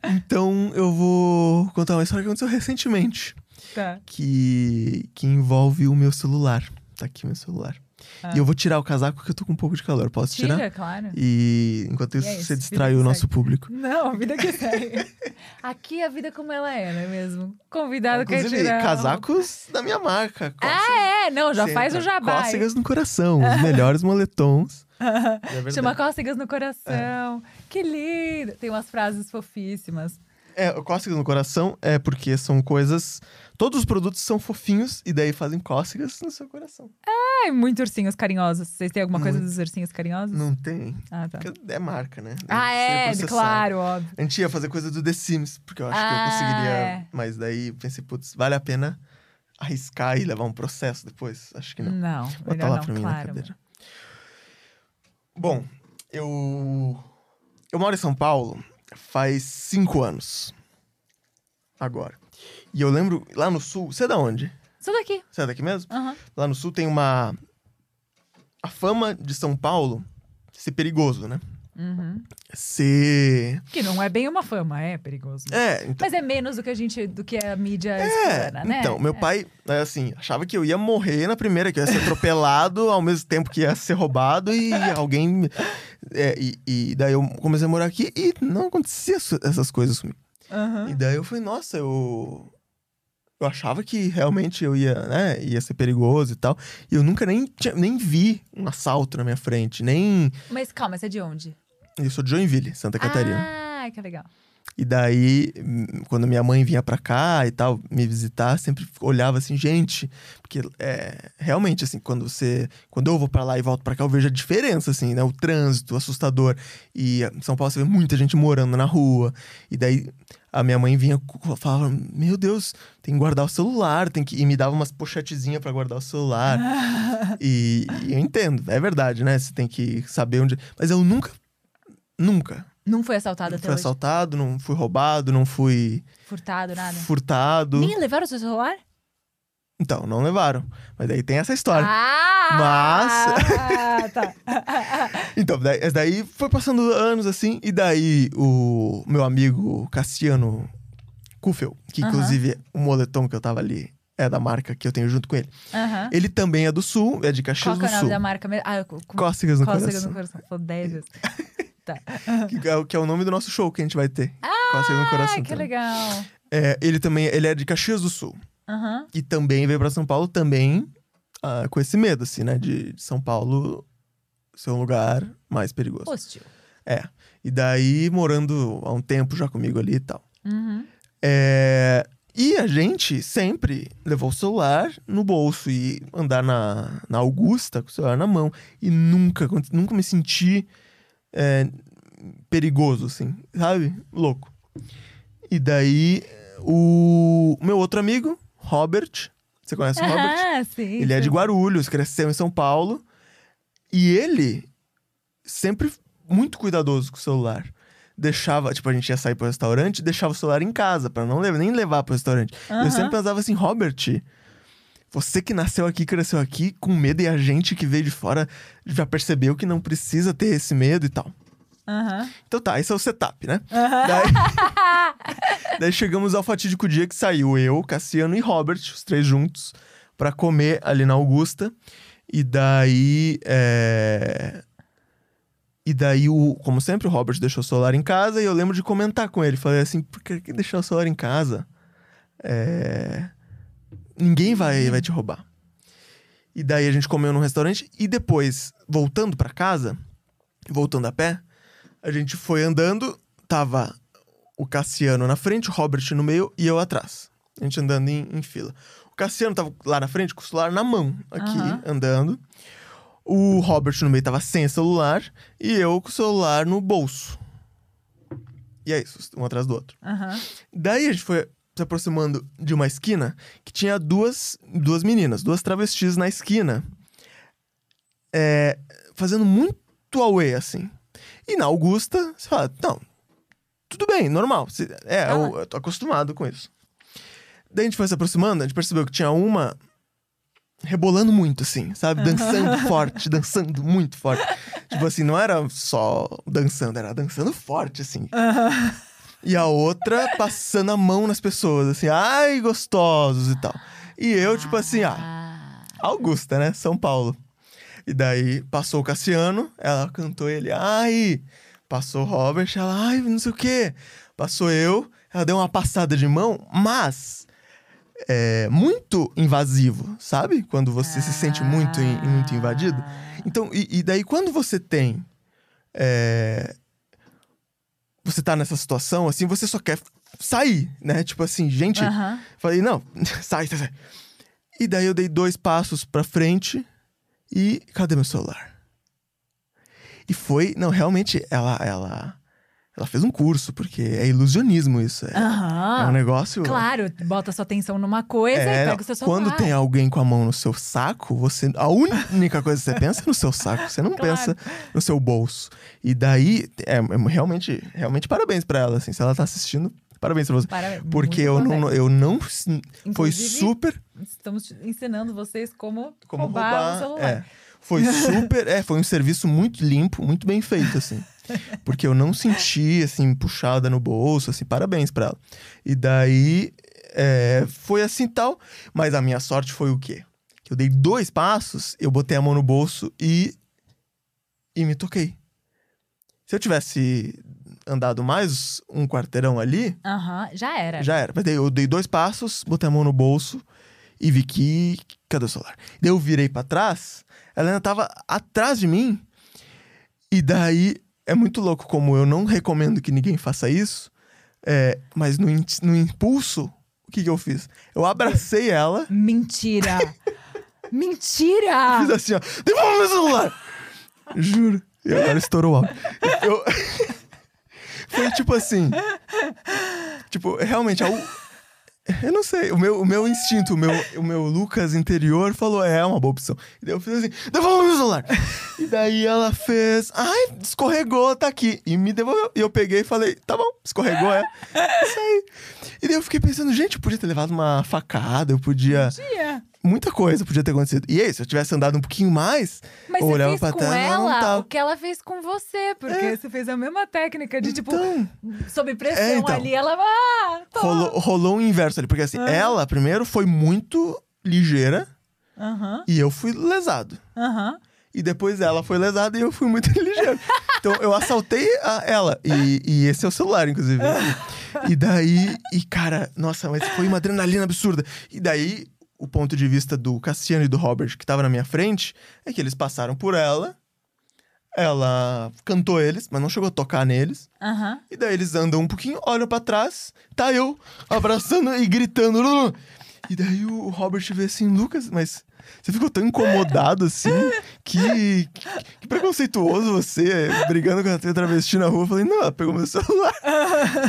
Então eu vou contar uma história que aconteceu recentemente
tá.
que, que envolve o meu celular. Tá aqui meu celular.
Ah.
E eu vou tirar o casaco que eu tô com um pouco de calor. Posso
Tira,
tirar?
claro.
E enquanto isso,
E é isso,
você
vida
distrai
que
o nosso
segue.
público.
Não, a vida que segue. [LAUGHS] Aqui a vida como ela é, não é mesmo? Convidado quer
Inclusive,
tirar. a roupa.
casacos da minha marca. Cócegas-
É, não, já
Sim,
faz o
tá.
jabá. hein?
Cócegas no coração, os
[LAUGHS]
melhores moletons. É verdade.
Chama cócegas no coração. Que lindo. Tem umas frases fofíssimas.
É, cócegas no coração é porque são coisas. Todos os produtos são fofinhos e daí fazem cócegas no seu coração.
Ai, muito ursinhos carinhosos. Vocês têm alguma coisa
Muito.
dos ursinhos carinhosos?
Não tem.
Ah, tá.
Porque é marca, né? Deve
Ah,
ser
é,
processado.
claro, óbvio.
A gente ia fazer coisa do The Sims, porque eu acho que eu
Ah,
conseguiria.
é.
Mas daí eu pensei, putz, vale a pena arriscar e levar um processo depois? Acho que não.
Não,
Bota
melhor
lá
não,
pra mim na
claro.
cadeira. Bom, eu. Eu moro em São Paulo faz cinco anos. Agora. E eu lembro, lá no sul, você é da onde?
Sou daqui.
Você é daqui mesmo?
Aham.
Lá no sul tem uma. A fama de São Paulo ser perigoso, né?
Uhum.
Ser.
Que não é bem uma fama, é perigoso.
É, então.
Mas é menos do que a gente, do que a mídia é, né?
Então, meu
É.
pai, né, assim, achava que eu ia morrer na primeira, que eu ia ser atropelado, ao mesmo tempo que ia ser roubado
[LAUGHS]
e alguém. é, e, e daí eu comecei a morar aqui e não acontecia isso- essas coisas comigo.
Aham.
E daí eu falei, nossa, eu. Eu achava que realmente eu ia, né, ia ser perigoso e tal. E eu nunca nem, tinha- nem vi um assalto na minha frente, nem.
Mas calma, você é de onde?
Eu sou de Joinville, Santa Catarina.
Ah, que legal.
E daí, hum, quando minha mãe vinha pra cá e tal, me visitar, sempre olhava assim, gente, porque é, realmente assim, quando você, quando eu vou pra lá e volto pra cá, eu vejo a diferença assim, né? O trânsito assustador e eh, em São Paulo você vê muita gente morando na rua. E daí a minha mãe vinha cu- falava: "Meu Deus, tem que guardar o celular, tem que e me dava umas pochetezinhas pra guardar o celular". E, e eu entendo, é verdade, né? Você tem que saber onde, mas eu nunca nunca
Não foi assaltado
não
até
fui
hoje?
assaltado, não fui roubado, não fui
Furtado, nada?
furtado.
Nem levaram o seu celular?
Então, não levaram. Mas daí tem essa história.
Ah! Mas... tá.
Então, daí, essa daí foi passando anos assim, e daí o meu amigo Cassiano Kufel, que
Aham.
inclusive o moletom que eu tava ali é da marca que eu tenho junto com ele.
Aham.
Ele também é do Sul, é de Caxias
Ah. Qual que é o
do
nome
Sul.
da marca mesmo? Ah, com... com-
Cócegas no
Cócegas
Coração.
no coração. Falou 10 vezes. Tá.
Que, é, o- que é o nome do nosso show que a gente vai ter. Cócegas no
Ah,
Coração.
que
também.
legal.
É, ele também ele é de Caxias do Sul.
Aham.
E também veio pra São Paulo também ah, com esse medo, assim, né? De, de São Paulo ser um lugar mais perigoso.
Hostil.
E daí, morando há um tempo já comigo ali e tal.
Uhum.
É, E a gente sempre levou o celular no bolso e andar na, na Augusta com o celular na mão. E nunca, aconte- nunca me senti é, perigoso, assim, sabe? Louco. E daí, o meu outro amigo, Robert. Você conhece o Robert?
Ah, sim.
Ele é de
sim.
Guarulhos, cresceu em São Paulo. E ele sempre muito cuidadoso com o celular. Deixava, tipo, a gente ia sair pro restaurante, deixava o celular em casa, pra não levar, nem levar pro restaurante.
Aham.
Eu sempre pensava assim, Robert, você que nasceu aqui, cresceu aqui, com medo, e a gente que veio de fora já percebeu que não precisa ter esse medo e tal.
Aham.
Então tá, esse é o setup, né?
Aham.
Daí, Daí chegamos ao fatídico dia que saiu eu, Cassiano e Robert, os três juntos, pra comer ali na Augusta. E daí. é, E daí, o, como sempre, o Robert deixou o celular em casa e eu lembro de comentar com ele. Falei assim: por que que deixar o celular em casa? É, Ninguém vai, vai te roubar. E daí a gente comeu num restaurante e depois, voltando pra casa, voltando a pé, a gente foi andando, tava o Cassiano na frente, o Robert no meio e eu atrás. A gente andando em, em fila. O Cassiano tava lá na frente com o celular na mão, aqui,
Aham.
andando. O Robert no meio tava sem celular e eu com o celular no bolso. E é isso, um atrás do outro.
Aham.
Daí a gente foi se aproximando de uma esquina que tinha duas, duas meninas, duas travestis na esquina. é, fazendo muito away, assim. E na Augusta, você fala, não, tudo bem, normal. se- É,
Tá
eu, eu tô acostumado com isso. Daí a gente foi se aproximando, a gente percebeu que tinha uma rebolando muito, assim, sabe? Dançando forte, dançando muito forte. Tipo assim, não era só dançando, era dançando forte, assim. E a outra passando a mão nas pessoas, assim, ai, gostosos e tal. E eu, tipo assim, ah,
Ah,
Augusta, né? São Paulo. E daí passou o Cassiano, ela cantou ele, ai. Passou o Robert, ela, ai, não sei o quê. Passou eu, ela deu uma passada de mão, mas é muito invasivo, sabe? Quando você se sente muito, in-
Ah.
muito invadido. Então, e, e daí quando você tem. é, você tá nessa situação, assim, você só quer sair, né? Tipo assim, gente,
Aham.
Falei, não, [LAUGHS] sai, sai, sai. E daí eu dei dois passos pra frente e. Cadê meu celular? E foi. Não, realmente, ela. Ela, ela fez um curso, porque é ilusionismo isso. É, é um
Aham.
negócio.
Claro, bota sua atenção numa coisa
É,
e
não,
pega o seu celular.
quando tem alguém com a mão no seu saco, você a única coisa que você pensa é no seu saco, você não
[LAUGHS] Claro.
pensa no seu bolso. E daí, é, é realmente, realmente parabéns pra ela, assim, se ela tá assistindo, parabéns pra você.
Parabéns,
Porque eu
muito
não,
parabéns.
eu não, s- foi
Inclusive,
super
Estamos te- ensinando vocês como,
como
roubar,
roubar,
um celular.
é. Foi super, é, foi um serviço muito limpo, muito bem feito assim. Porque eu não senti assim puxada no bolso, assim, parabéns pra ela. E daí é, foi assim e tal, mas a minha sorte foi o quê? Que eu dei dois passos, eu botei a mão no bolso e e me toquei. Se eu tivesse andado mais um quarteirão ali,
Aham, já era.
já era. Mas daí eu dei dois passos, botei a mão no bolso e vi que. Cadê o celular? Daí eu virei pra trás, ela ainda tava atrás de mim. E daí é muito louco como eu não recomendo que ninguém faça isso, é, mas no, in- no impulso, o que, que eu fiz? Eu abracei ela [LAUGHS]
Mentira!
e fiz
Mentira!
assim, ó: devolve meu celular! Juro. E agora estourou o áudio. Eu... [LAUGHS] Foi tipo assim. Tipo, realmente, a u- eu não sei. O meu, o meu instinto, o meu, o meu Lucas interior falou: é uma boa opção. E daí eu fiz assim: devolve meu celular. e daí ela fez: ai, escorregou, tá aqui. E me devolveu. E eu peguei e falei: tá bom, escorregou, é. Isso aí. E daí eu fiquei pensando: gente, eu podia ter levado uma facada, eu podia.
Mentira.
Muita coisa podia ter acontecido. E aí, se eu tivesse andado um pouquinho mais,
Mas
eu
você
olhava
fez
pra
com
trás ela não
ela
tava. É.
o que ela fez com você, porque você fez a mesma técnica de, tipo,
Então.
sob pressão
É, então.
ali, ela. Ah, tô.
rolou, rolou um inverso ali. Porque assim, ela primeiro foi muito ligeira
Aham,
e eu fui lesado.
aham.
E depois ela foi lesada e eu fui muito [LAUGHS] ligeiro. Então eu assaltei a- ela. E, e esse é o celular, inclusive. E, e daí. E cara, nossa, mas foi uma adrenalina absurda. E daí, o ponto de vista do Cassiano e do Robert, que tava na minha frente, é que eles passaram por ela. Ela cantou eles, mas não chegou a tocar neles.
Aham.
E daí eles andam um pouquinho, olham pra trás, tá eu abraçando e gritando. "Lu!" E daí o Robert vê assim, Lucas, mas você ficou tão incomodado assim, que, que, que preconceituoso você, brigando com a tua travesti na rua. Eu falei, não, ela pegou meu celular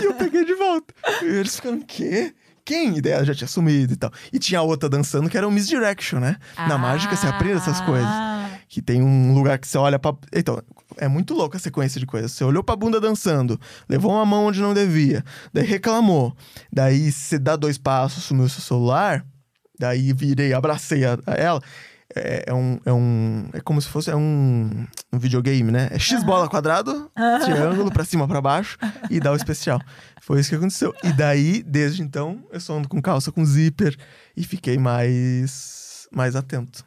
e eu peguei de volta. E eles ficaram, quê? Quem? E daí ela já tinha sumido e tal. E tinha a outra dançando que era o Miss Direction, né? Na mágica você aprende essas coisas.
Ah,
Que tem um lugar que você olha pra. Então, é muito louca a sequência de coisas. Você olhou pra bunda dançando, levou uma mão onde não devia, daí reclamou. Daí você dá dois passos, sumiu seu celular, daí virei, abracei a, a ela. É, é um, é um. É como se fosse é um, um videogame, né? É X bola quadrado, triângulo pra cima pra baixo e dá o especial. Foi isso que aconteceu. E daí, desde então, eu só ando com calça, com zíper e fiquei mais. mais atento.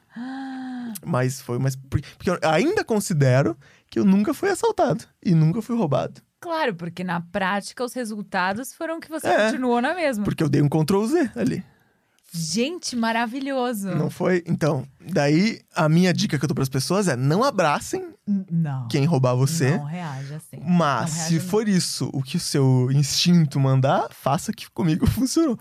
Mas foi, mas. por- Porque eu ainda considero que eu nunca fui assaltado e nunca fui roubado.
Claro, porque na prática os resultados foram que você
É.
continuou na mesma.
Porque eu dei um Ctrl Z ali.
Gente, maravilhoso.
Não foi? Então, daí a minha dica que eu dou pras pessoas é: não abracem
N- Não.
quem roubar você.
Não reage assim. [LAUGHS]
Mas
Não
se
reage, não.
for isso o que o seu instinto mandar, faça que comigo [LAUGHS] funcionou.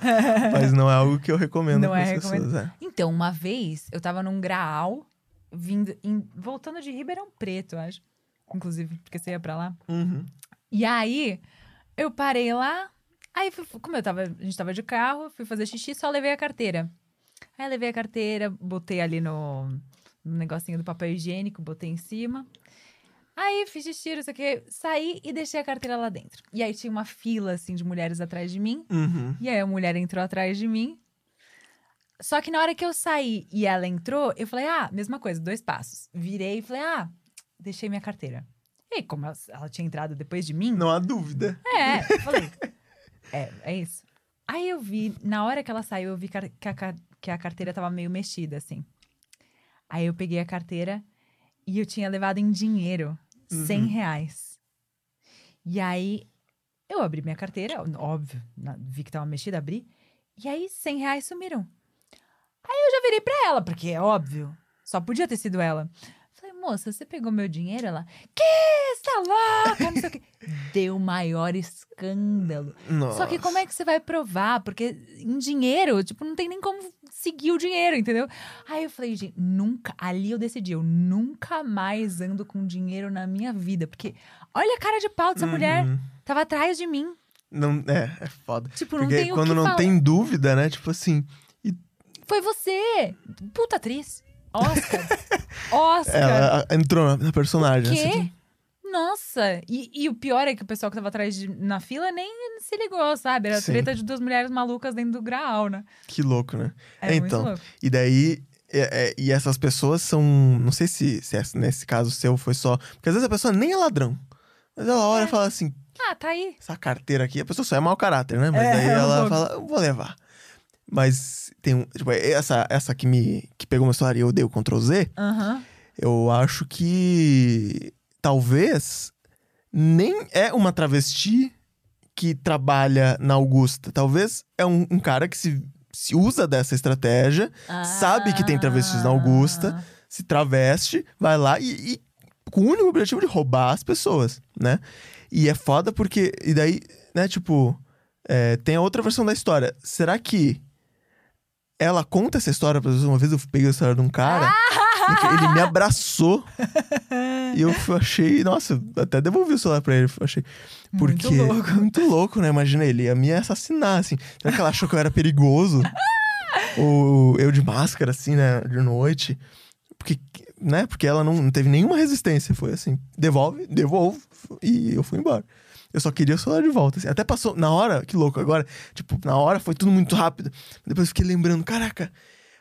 Mas não é algo que eu recomendo
Não
para
é
pessoas. É.
Então, uma vez eu tava num graal, vindo, em- voltando de Ribeirão Preto, eu acho. Inclusive, porque você ia pra lá.
Uhum.
E aí, eu parei lá. Aí, fui- como eu tava, a gente tava de carro, fui fazer xixi, só levei a carteira. Aí, levei a carteira, botei ali no, no negocinho do papel higiênico, botei em cima. Aí fiz xixi, não sei o que, saí e deixei a carteira lá dentro. E aí tinha uma fila, assim, de mulheres atrás de mim.
Uhum.
E aí a mulher entrou atrás de mim. Só que na hora que eu saí e ela entrou, eu falei, ah, mesma coisa, dois passos. Virei e falei, ah, deixei minha carteira. E aí, como ela, ela tinha entrado depois de mim,
Não há dúvida.
é, eu falei, é, é isso. Aí eu vi, na hora que ela saiu, eu vi car- que a, car- que a carteira tava meio mexida, assim. Aí eu peguei a carteira e eu tinha levado em dinheiro, 100
Uhum.
reais. E aí eu abri minha carteira, óbvio, na- vi que tava mexida, abri. E aí 100 reais sumiram. Aí eu já virei pra ela, porque é óbvio, só podia ter sido ela. Falei, moça, você pegou meu dinheiro? Ela, que? Você tá louca? Não sei o quê. Deu o maior escândalo.
Nossa.
Só que como é que você vai provar? Porque em dinheiro, tipo, não tem nem como seguir o dinheiro, entendeu? Aí eu falei, gente, nunca. Ali eu decidi, eu nunca mais ando com dinheiro na minha vida. Porque olha a cara de pau dessa
Uhum.
mulher. Tava atrás de mim.
Não, é, é foda.
Tipo, não
Porque
tem o
quando
que
não
falar.
tem dúvida, né? Tipo assim,
Foi você! Puta atriz.
[LAUGHS]
Oscar. Oscar.
ela entrou na- na personagem.
Quê?
assim,
Nossa! E, e o pior é que o pessoal que tava atrás de- na fila nem se ligou, sabe? Era
Sim.
treta de duas mulheres malucas dentro do graal, né?
que louco, né?
Era
Então,
muito louco.
E daí. é- é- e essas pessoas são. Não sei se, se essa- nesse caso seu foi só. Porque às vezes a pessoa nem é ladrão. Mas ela olha e fala assim:
Ah, tá aí.
essa carteira aqui, a pessoa só é mau caráter, né? Mas
É,
daí
um
ela
pouco.
fala: eu vou levar. Mas tem um. Tipo, essa, essa que me. que pegou meu celular e eu dei o Ctrl Z,
Aham.
eu acho que. talvez. nem é uma travesti que trabalha na Augusta. Talvez é um, um cara que se, se usa dessa estratégia Sabe que tem
Ah.
travestis na Augusta. se traveste, vai lá e, e com o único objetivo de roubar as pessoas, né? E é foda porque. E daí, né, tipo, é, tem a outra versão da história. Será que ela conta essa história pra pessoas? Uma vez eu peguei o celular de um cara, porque ele
[LAUGHS]
me abraçou e eu f- achei. Nossa, até devolvi o celular pra ele, eu achei. Porque.
Muito louco.
muito louco, né? Imagina, ele ia me assassinar, assim. Será que ela achou que eu
[LAUGHS]
era perigoso? Ou eu de máscara, assim, né? De noite. Porque, né? Porque ela não, não teve nenhuma resistência. Foi assim, devolve, devolvo. E eu fui embora. Eu só queria o celular de volta. assim. Até passou, na hora, que louco agora. Tipo, na hora foi tudo muito rápido. Depois eu fiquei lembrando, caraca.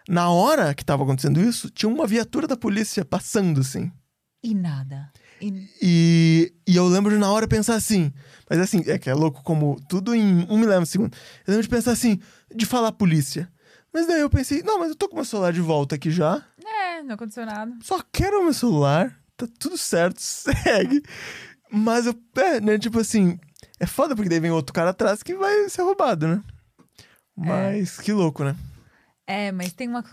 Na hora que tava acontecendo isso, tinha uma viatura da polícia passando, assim.
E nada. E-
E, e eu lembro de na hora pensar assim. Mas assim, é que é louco como tudo em um milésimo de segundo. Eu lembro de pensar assim, de falar polícia. Mas daí eu pensei, não, mas eu tô com meu celular de volta aqui já.
É, não aconteceu nada.
Só quero meu celular. Tá tudo certo, [LAUGHS] segue. Mas eu. É, né, tipo assim, é foda porque daí vem outro cara atrás que vai ser roubado, né? Mas que louco, né?
É, mas tem uma.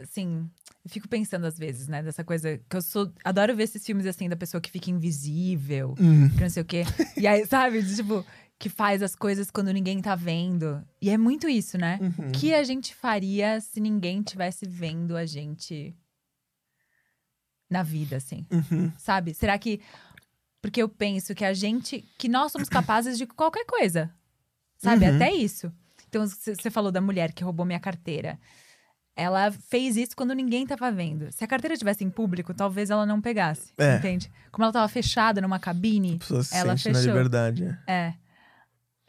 Assim, eu fico pensando às vezes, né? Dessa coisa que eu sou. Adoro ver esses filmes assim da pessoa que fica invisível,
Hum.
que não sei o quê. E aí, [LAUGHS] sabe? de, Tipo, que faz as coisas quando ninguém tá vendo. E é muito isso, né?
Uhum.
O que a gente faria se ninguém tivesse vendo a gente na vida, assim?
Uhum.
Sabe? Será que. Porque eu penso que a gente. que nós somos capazes de qualquer coisa. Sabe?
Uhum.
Até isso. Então, você falou da mulher que roubou minha carteira. Ela fez isso quando ninguém tava vendo. Se a carteira tivesse em público, talvez ela não pegasse.
É.
Entende? Como ela tava fechada numa cabine.
A pessoa se
Ela
sente na
fechou.
liberdade. é.
É.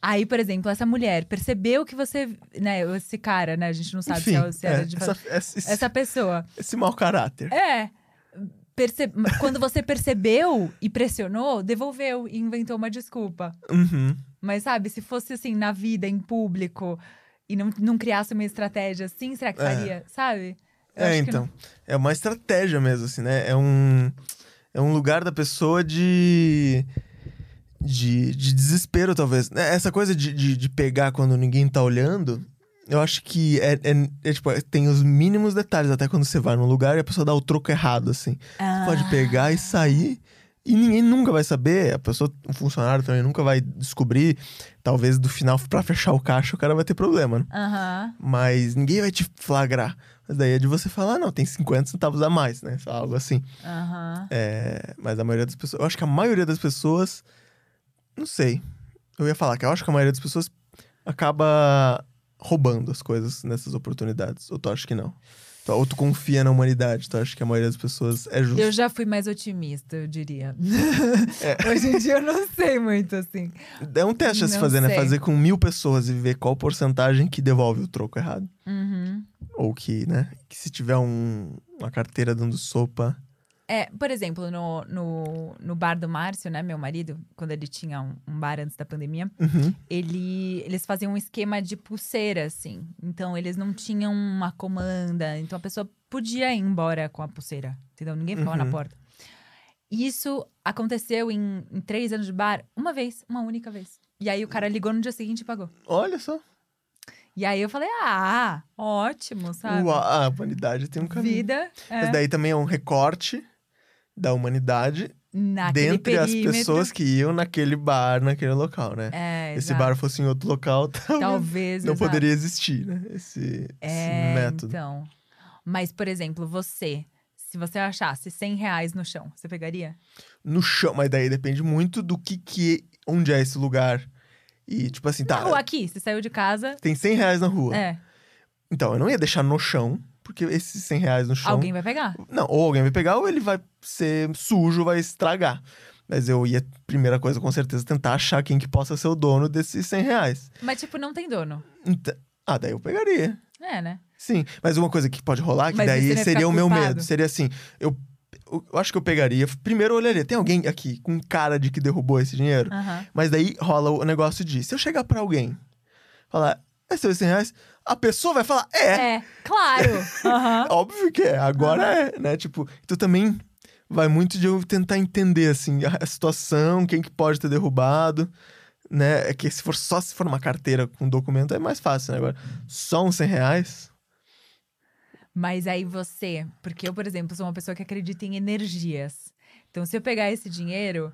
Aí, por exemplo, essa mulher percebeu que você. Né, esse cara, né? A gente não sabe se, é, o- se
é,
era de.
essa- essa- esse,
Essa pessoa.
esse mau caráter.
É. Perce- Quando você percebeu e pressionou, devolveu e inventou uma desculpa.
Uhum.
Mas sabe, se fosse assim, na vida, em público, e não, não criasse uma estratégia assim, será que
É.
faria? Sabe? Eu
É,
acho que
então. É uma estratégia mesmo, assim, né? É um, é um lugar da pessoa de. De, de desespero, talvez. Né, Essa coisa de, de, de pegar quando ninguém tá olhando, eu acho que é, é- é, tipo, é- tem os mínimos detalhes, até quando você vai num lugar e a pessoa dá o troco errado, assim.
não-
Você pode
Ah,
pegar e sair e ninguém nunca vai saber. A pessoa, o funcionário também nunca vai descobrir. Talvez do final, pra fechar o caixa, o cara vai ter problema, né?
Aham.
mas ninguém vai te flagrar. Mas daí é de você falar, não, tem 50 centavos a mais, né? Sei lá, Algo assim.
Aham.
É, mas a maioria das pessoas. Eu acho que a maioria das pessoas. Não sei. Eu ia falar que eu acho que a maioria das pessoas acaba roubando as coisas nessas oportunidades. Ou tu acha que não? Tu- Ou tu confia na humanidade, tu acha que a maioria das pessoas é justa.
Eu já fui mais otimista, eu diria. [LAUGHS] Hoje em dia eu não sei muito, assim.
É um teste a se
Não
fazer, né?
sei.
Fazer com mil pessoas e ver qual porcentagem que devolve o troco errado.
Uhum.
Ou que, né? Que se tiver um- uma carteira dando sopa.
É, por exemplo, no, no, no bar do Márcio, né, meu marido, quando ele tinha um, um bar antes da pandemia,
Uhum.
ele, eles faziam um esquema de pulseira, assim. Então, eles não tinham uma comanda. Então, a pessoa podia ir embora com a pulseira, entendeu? Ninguém ficava
Uhum.
na porta. E Isso aconteceu em, em três anos de bar, uma vez, uma única vez. E aí, o cara ligou no dia seguinte e pagou.
Olha só.
E aí, eu falei, ah, ótimo, sabe?
Uau, a humanidade tem um caminho.
Tá. Vida
Mas
é,
daí também é um recorte da humanidade
naquele
dentre
Tá, perímetro.
as pessoas que iam naquele bar, naquele local, né?
É,
Esse
exato.
bar fosse em outro local, [LAUGHS] talvez
Talvez,
não
exato.
poderia existir, né? Esse, esse
É,
método.
então. Mas, por exemplo, você, se você achasse 100 reais no chão, você pegaria?
No chão, mas daí depende muito do que que... Onde é esse lugar. E, tipo assim, tá,
Na rua aqui, você saiu de casa,
tem 100 reais na rua.
é,
Então, eu não ia deixar no chão, porque esses 100 reais no chão...
alguém vai pegar.
Não, ou alguém vai pegar ou ele vai ser sujo, vai estragar. Mas eu ia, primeira coisa, com certeza, tentar achar quem que possa ser o dono desses 100 reais.
Mas, tipo, não tem dono.
Então- ah, daí eu pegaria.
É, né?
Sim, mas uma coisa que pode rolar, que
Mas você
daí
não ia
seria
ficar
o meu
culpado?
medo. Seria assim, eu, eu, eu acho que eu pegaria, primeiro eu olharia, tem alguém aqui com cara de que derrubou esse dinheiro?
Aham.
Mas daí rola o negócio de, se eu chegar pra alguém, falar, é seus 100 reais? A pessoa vai falar, é,
É, claro.
[LAUGHS]
Aham.
óbvio que é,
Ah.
agora é, né? Tipo, então também vai muito de eu tentar entender, assim, a, a situação, quem que pode ter derrubado, né? É que se for só se for uma carteira com documento é mais fácil, né? Agora, só uns 100 reais...
Mas aí você, porque eu, por exemplo, sou uma pessoa que acredita em energias. Então, se eu pegar esse dinheiro,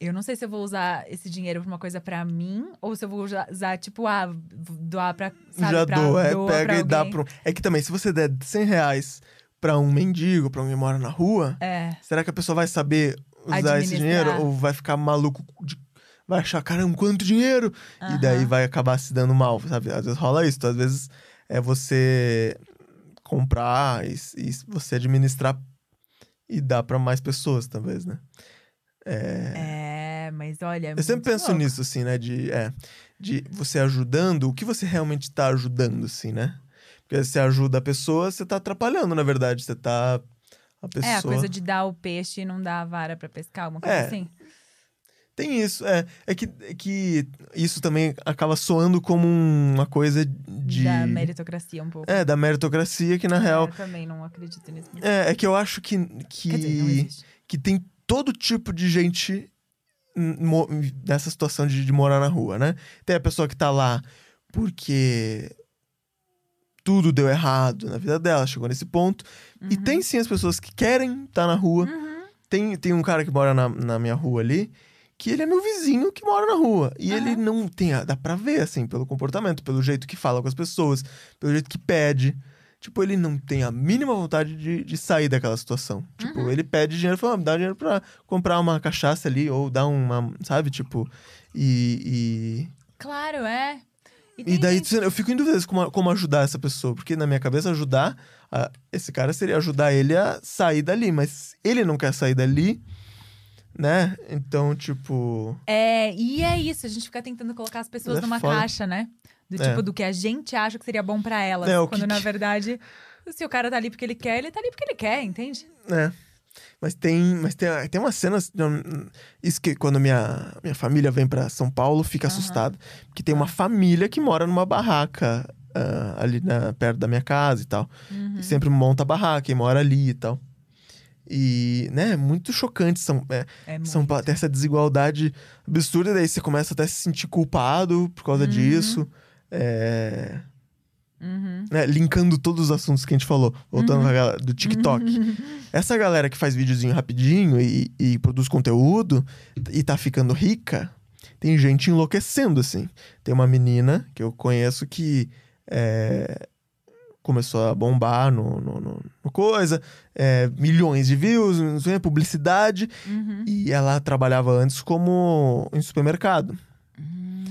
eu não sei se eu vou usar esse dinheiro pra uma coisa pra mim, ou se eu vou usar, usar, tipo, ah, doar pra, sabe,
Já
pra,
dou, é,
doa
pega
pra
e dá
alguém.
pro. É que também, se você der 100 reais pra um mendigo, pra alguém que mora na rua,
É,
será que a pessoa vai saber usar esse
Administrar.
dinheiro? Ou vai ficar maluco? de- Vai achar, caramba, quanto dinheiro! E daí
aham.
vai acabar se dando mal, sabe? Às vezes rola isso. Às vezes é você comprar e, e você administrar e dar pra mais pessoas, talvez, né?
É, mas olha. é
Eu sempre
muito
penso
louco.
nisso, assim, né? De, é, de você ajudando, o que você realmente tá ajudando, assim, né? Porque se você ajuda a pessoa, você tá atrapalhando, na verdade. Você tá. A pessoa.
É, a coisa de dar o peixe e não dar a vara pra pescar, uma coisa
É.
assim.
Tem isso, é. É que, é que isso também acaba soando como um, uma coisa de.
Da meritocracia É. um pouco.
É, da meritocracia, que na real.
Eu também não acredito nisso. mas-
É, é que eu acho que. que...
Quer dizer, não existe.
que tem todo tipo de gente n- mo- nessa situação de, de morar na rua, né? Tem a pessoa que tá lá porque tudo deu errado na vida dela, chegou nesse ponto. E
Uhum.
tem sim as pessoas que querem estar na rua.
Uhum.
Tem, tem um cara que mora na, na minha rua ali, que ele é meu vizinho que mora na rua. E ele não tem. a- Dá pra ver, assim, pelo comportamento, pelo jeito que fala com as pessoas, pelo jeito que pede. Tipo, ele não tem a mínima vontade de, de sair daquela situação. Tipo, ele pede dinheiro e fala, "Ah, me dá dinheiro pra comprar uma cachaça ali, ou dar uma. Sabe? Tipo. E. e...
Claro, é.
E
tem
daí
gente-
eu fico em dúvidas como, como ajudar essa pessoa, porque na minha cabeça ajudar a- esse cara seria ajudar ele a sair dali, mas ele não quer sair dali, né? Então, tipo,
É, e é isso, a gente fica tentando colocar as pessoas
Mas é
numa
foda.
caixa, né? Do
É.
tipo, do que a gente acha que seria bom pra elas.
É, o
quando,
que-
na
que-
verdade, se o cara tá ali porque ele quer, ele tá ali porque ele quer, entende?
né? Mas tem, mas tem, ah, tem umas cenas, hum, isso que quando minha, minha família vem pra São Paulo, fica
Aham. Tá.
assustada, porque tem uma família que mora numa barraca ah, ali na, perto da minha casa e tal.
Uhum.
E sempre monta a barraca e mora ali e tal. E, né, é muito chocante são é,
É
São Paulo tem essa desigualdade absurda, daí você começa até a se sentir culpado por causa
Uhum.
disso. É,
Uhum.
né, linkando todos os assuntos que a gente falou, voltando pra galera do TikTok. Essa galera que faz videozinho rapidinho e, e produz conteúdo e tá ficando rica, tem gente enlouquecendo, assim. Tem uma menina que eu conheço que é, começou a bombar no, no, no- no coisa, é, milhões de views, não sei, publicidade.
Uhum.
E ela trabalhava antes como em supermercado.
Hum.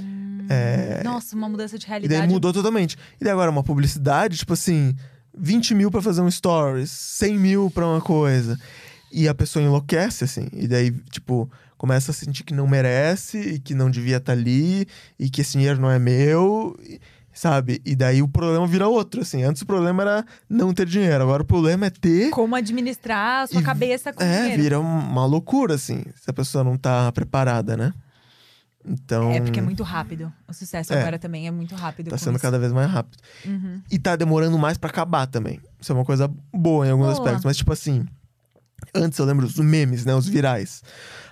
Nossa, uma mudança de
E
realidade.
daí mudou totalmente. E daí agora é uma publicidade, tipo assim, 20 mil pra fazer um stories, 100 mil pra uma coisa. E a pessoa enlouquece, assim. E daí, tipo, começa a sentir que não merece, e que não devia estar ali, e que esse dinheiro não é meu, e- sabe? E daí o problema vira outro, assim. Antes o problema era não ter dinheiro, agora o problema é ter.
Como administrar a sua
E-
cabeça com
É,
dinheiro.
vira uma loucura, assim, se a pessoa não tá preparada, né? Então.
É, porque é muito rápido. O sucesso
É.
agora também é muito rápido.
Tá
com
sendo
isso.
cada vez mais rápido.
Uhum.
E tá demorando mais pra acabar também. Isso é uma coisa boa em alguns
Boa.
aspectos. Mas, tipo assim, antes eu lembro os memes, né? Os virais.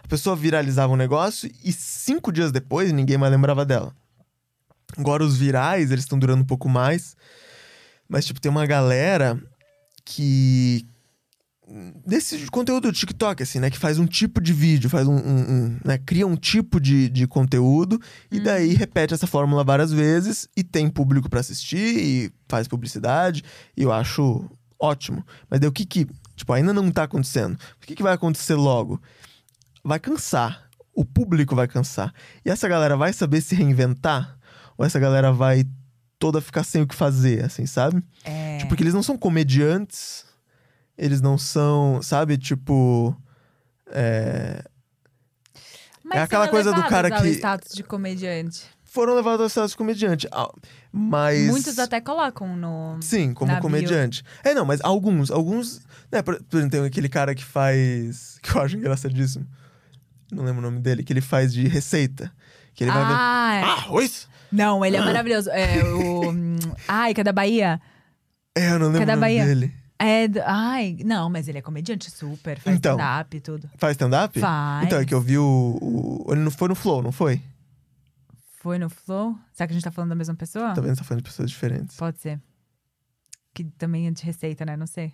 A pessoa viralizava um negócio e cinco dias depois ninguém mais lembrava dela. Agora os virais, eles estão durando um pouco mais. Mas, tipo, tem uma galera que. Desse conteúdo do TikTok, assim, né? Que faz um tipo de vídeo, faz um. um- um, né, cria um tipo de, de conteúdo e daí
Uhum.
repete essa fórmula várias vezes e tem público pra assistir e faz publicidade. E eu acho ótimo. Mas daí o que que. Tipo, ainda não tá acontecendo. O que que vai acontecer logo? Vai cansar. O público vai cansar. E essa galera vai saber se reinventar? Ou essa galera vai toda ficar sem o que fazer, assim, sabe?
É.
Tipo, porque eles não são comediantes, eles não são, sabe, tipo.
Mas
é aquela
são
coisa do
elevadas
cara
ao
que-
status de comediante.
Foram levados ao status de comediante. Ah, Mas.
Muitos até colocam no.
Sim, como
na bio.
comediante. É, não, mas alguns, alguns. Né, por por exemplo, tem aquele cara que faz. [LAUGHS] que eu acho engraçadíssimo. Não lembro o nome dele, que ele faz de receita. Que ele vai vendo.
ah, é.
Ah, arroz?
não,
[COUGHS]
ele é maravilhoso. É o. hum, Ai, que é da Bahia?
É, eu não lembro
Cadê a
o nome
Bahia?
dele.
É. do- Ai, não, mas ele é comediante super. Faz
Então.
stand-up e tudo.
Faz stand-up?
Faz.
Então, é que eu vi o, o- Ele não foi no Flow, não foi?
Foi no Flow? Será que a gente tá falando da mesma pessoa?
Tá vendo? Tá falando de pessoas diferentes.
Pode ser. Que também é de receita, né? Não sei.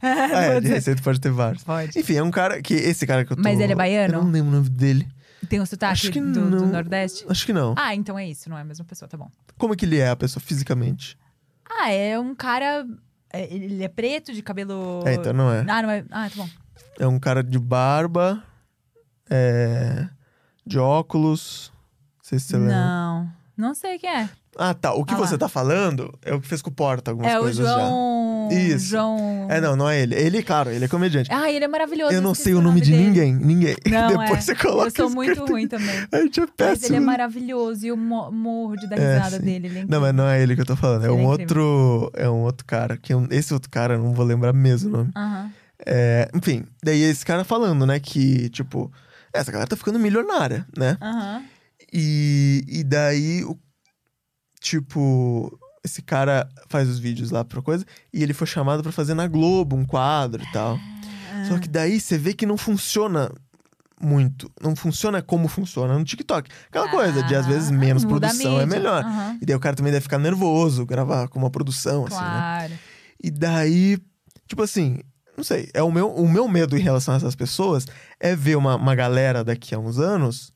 Ah, é,
Pode
de
ser.
receita pode ter vários.
Pode.
Enfim, é um cara que. Esse cara que eu tô.
Mas ele é baiano?
Eu não lembro o nome dele.
Tem um sotaque
Acho que
do, do
não.
Nordeste?
Acho que não.
Ah, então é isso, não é a mesma pessoa, tá bom.
Como é que ele é, a pessoa, fisicamente?
Ah, é um cara. é, Ele é preto, de cabelo.
É, então não é.
Ah, não é. Ah, tá bom.
É um cara de barba, é, de óculos. Não sei se você lembra.
Não. Não sei quem é.
Ah, tá. O que
Ah lá.
você tá falando é o que fez com o Porta algumas
é o
coisas
João.
já. Isso.
João.
já. É, não, não é ele. Ele, claro, ele é comediante.
Ah, ele é maravilhoso.
eu não
esqueci
sei o nome de
dele.
ninguém. Ninguém. [LAUGHS]
Não,
Depois
é.
você coloca.
Eu sou
os
muito
cartões.
ruim também.
A gente
Mas
é
ele é
péssimo.
maravilhoso e eu mo- morro de dar
É,
risada
sim.
dele. Ele é
Não, mas não é ele que eu tô falando. É
Ele é
um
incrível.
outro. É um outro cara. Que eu- esse outro cara, eu não vou lembrar mesmo o nome.
Aham.
É, enfim, daí esse cara falando, né? Que, tipo, essa galera tá ficando milionária, né?
Aham.
E, e daí, o- tipo, esse cara faz os vídeos lá pra coisa e ele foi chamado pra fazer na Globo um quadro e tal.
Ah.
Só que daí você vê que não funciona muito. Não funciona como funciona no TikTok. Aquela É coisa de, às vezes,
Ah,
menos
muda a
produção
mídia.
é
Ah.
melhor.
Aham.
E daí o cara também deve ficar nervoso gravar com uma produção, assim, né?
Claro.
E daí, tipo assim, não sei, é o meu, o meu medo em relação a essas pessoas é ver uma, uma galera daqui a uns anos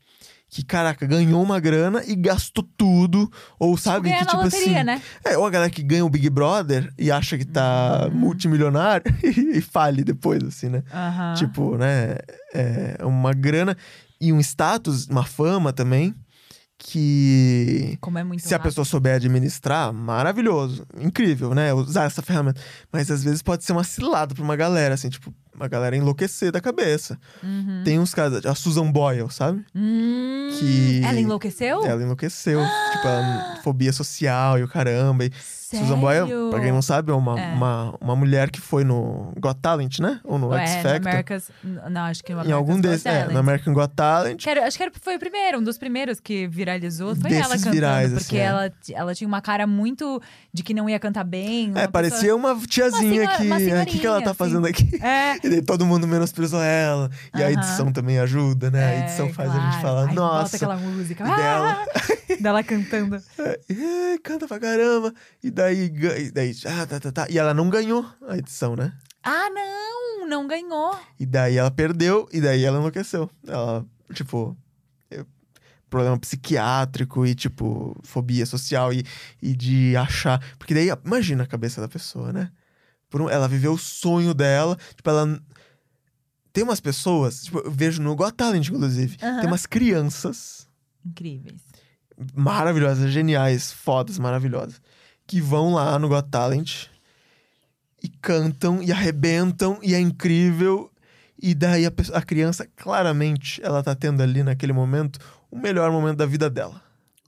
que, caraca, ganhou uma grana e gastou tudo, ou sabe,
Ganhar
que
na
tipo
loteria,
assim...
né?
É, ou a galera que ganha o Big Brother e acha que tá
Uhum.
multimilionário [LAUGHS] e fale depois, assim, né?
Aham.
Tipo, né? É uma grana e um status, uma fama também, que
Como é muito
se a
rápido.
pessoa souber administrar, maravilhoso, incrível, né? Usar essa ferramenta. Mas às vezes pode ser uma cilada pra uma galera, assim, tipo, uma galera enlouquecer da cabeça.
Uhum.
Tem uns casos, a Susan Boyle, sabe?
Hum,
Que-
Ela enlouqueceu?
Ela enlouqueceu,
[GASPS]
tipo, ela, fobia social e o caramba. E Susan Boyle, pra quem não sabe, é uma,
É.
uma, uma mulher que foi no Got Talent, né? Ou no
é,
X
no
Factor.
America's- Não, acho que no
Em algum
America's Got
desses, é,
Talent.
no American Got Talent.
Que era- acho que era- foi o primeiro, um dos primeiros que viralizou. Foi
Desses
ela cantando,
virais, assim,
porque
é.
ela, ti- ela tinha uma cara muito de que não ia cantar bem.
É,
uma
parecia uma tiazinha
senhora-
que.
uma
O que, que ela
senhorinha,
tá fazendo aqui?
pessoa- É.
E daí todo mundo menosprezou ela. E a
Aham.
edição também ajuda, né? a edição
é,
faz a
claro.
gente falar,
Aí Bota
nossa.
aquela música.
e dela.
ah,
[LAUGHS]
dela cantando.
"É, canta pra caramba. E daí, ga- e daí, ah, tá, tá, tá. E ela não ganhou a edição, né?
Ah, não! Não ganhou.
E daí ela perdeu, e daí ela enlouqueceu. Ela, tipo. eu- Problema psiquiátrico e, tipo, fobia social e, e de achar. Porque daí, imagina a cabeça da pessoa, né? Por um- ela viveu o sonho dela. Tipo, ela. Tem umas pessoas, tipo, eu vejo no Got Talent, inclusive.
Aham.
Tem umas crianças
Incríveis.
maravilhosas, geniais, fodas, maravilhosas, que vão lá no Got Talent e cantam e arrebentam e é incrível. E daí a, pessoa- a criança, claramente, ela tá tendo ali naquele momento o melhor momento da vida dela.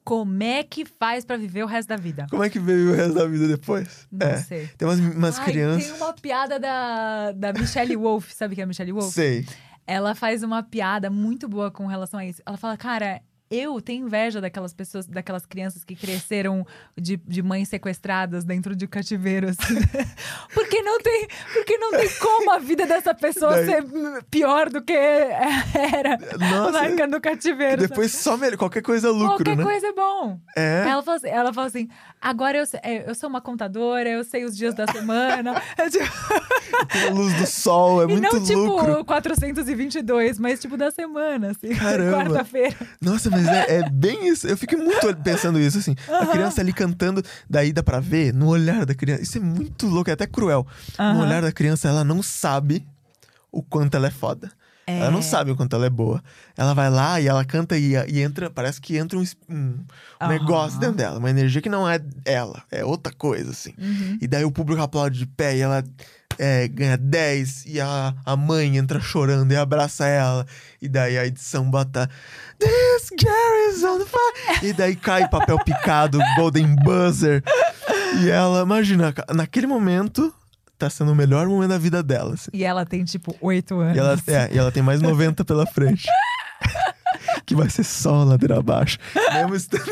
Como é que faz pra viver o resto da vida?
Como é que veio o resto da vida depois?
Não
é.
sei.
Tem umas, umas
Ai,
crianças.
Tem uma piada da, da Michelle Wolf, sabe quem é a Michelle Wolf?
Sei.
Ela faz uma piada muito boa com relação a isso. Ela fala, cara. Eu tenho inveja daquelas pessoas, daquelas crianças que cresceram de, de mães sequestradas dentro de cativeiro, assim. [LAUGHS] porque não tem, porque não tem como a vida dessa pessoa
Daí-
ser pior do que era
Nossa.
marca no
que
cativeiro.
depois só melhor. Qualquer coisa é lucro,
Qualquer
né?
coisa é bom.
É.
Ela, fala assim, ela fala assim: agora eu, se- é, eu sou uma contadora, eu sei os dias da semana. [LAUGHS] É tipo-
A luz do sol, é
e
muito
não tipo
lucro.
422, mas tipo da semana, assim. [LAUGHS]
Caramba.
Quarta-feira.
Nossa, mas é, é bem isso. Eu fiquei muito olh- pensando isso, assim. A criança ali cantando, daí dá pra ver no olhar da criança. Isso é muito louco, é até cruel. No
Aham.
olhar da criança, ela não sabe o quanto ela é foda. Ela não sabe o quanto ela é boa. Ela vai lá e ela canta e, e entra, parece que entra um, es- um- um
Aham.
negócio dentro dela, uma energia que não é ela, é outra coisa, assim. E daí o público aplaude de pé e ela é, ganha 10 e a, a mãe entra chorando e abraça ela. E daí a edição bota This girl is on the fire. E daí cai papel picado, [LAUGHS] golden buzzer. E ela, imagina, ca- naquele momento, tá sendo o melhor momento da vida dela, assim.
E ela tem tipo 8 anos.
E ela, é, e ela tem mais 90 pela frente. que vai ser só ladeira abaixo. Mesmo estando,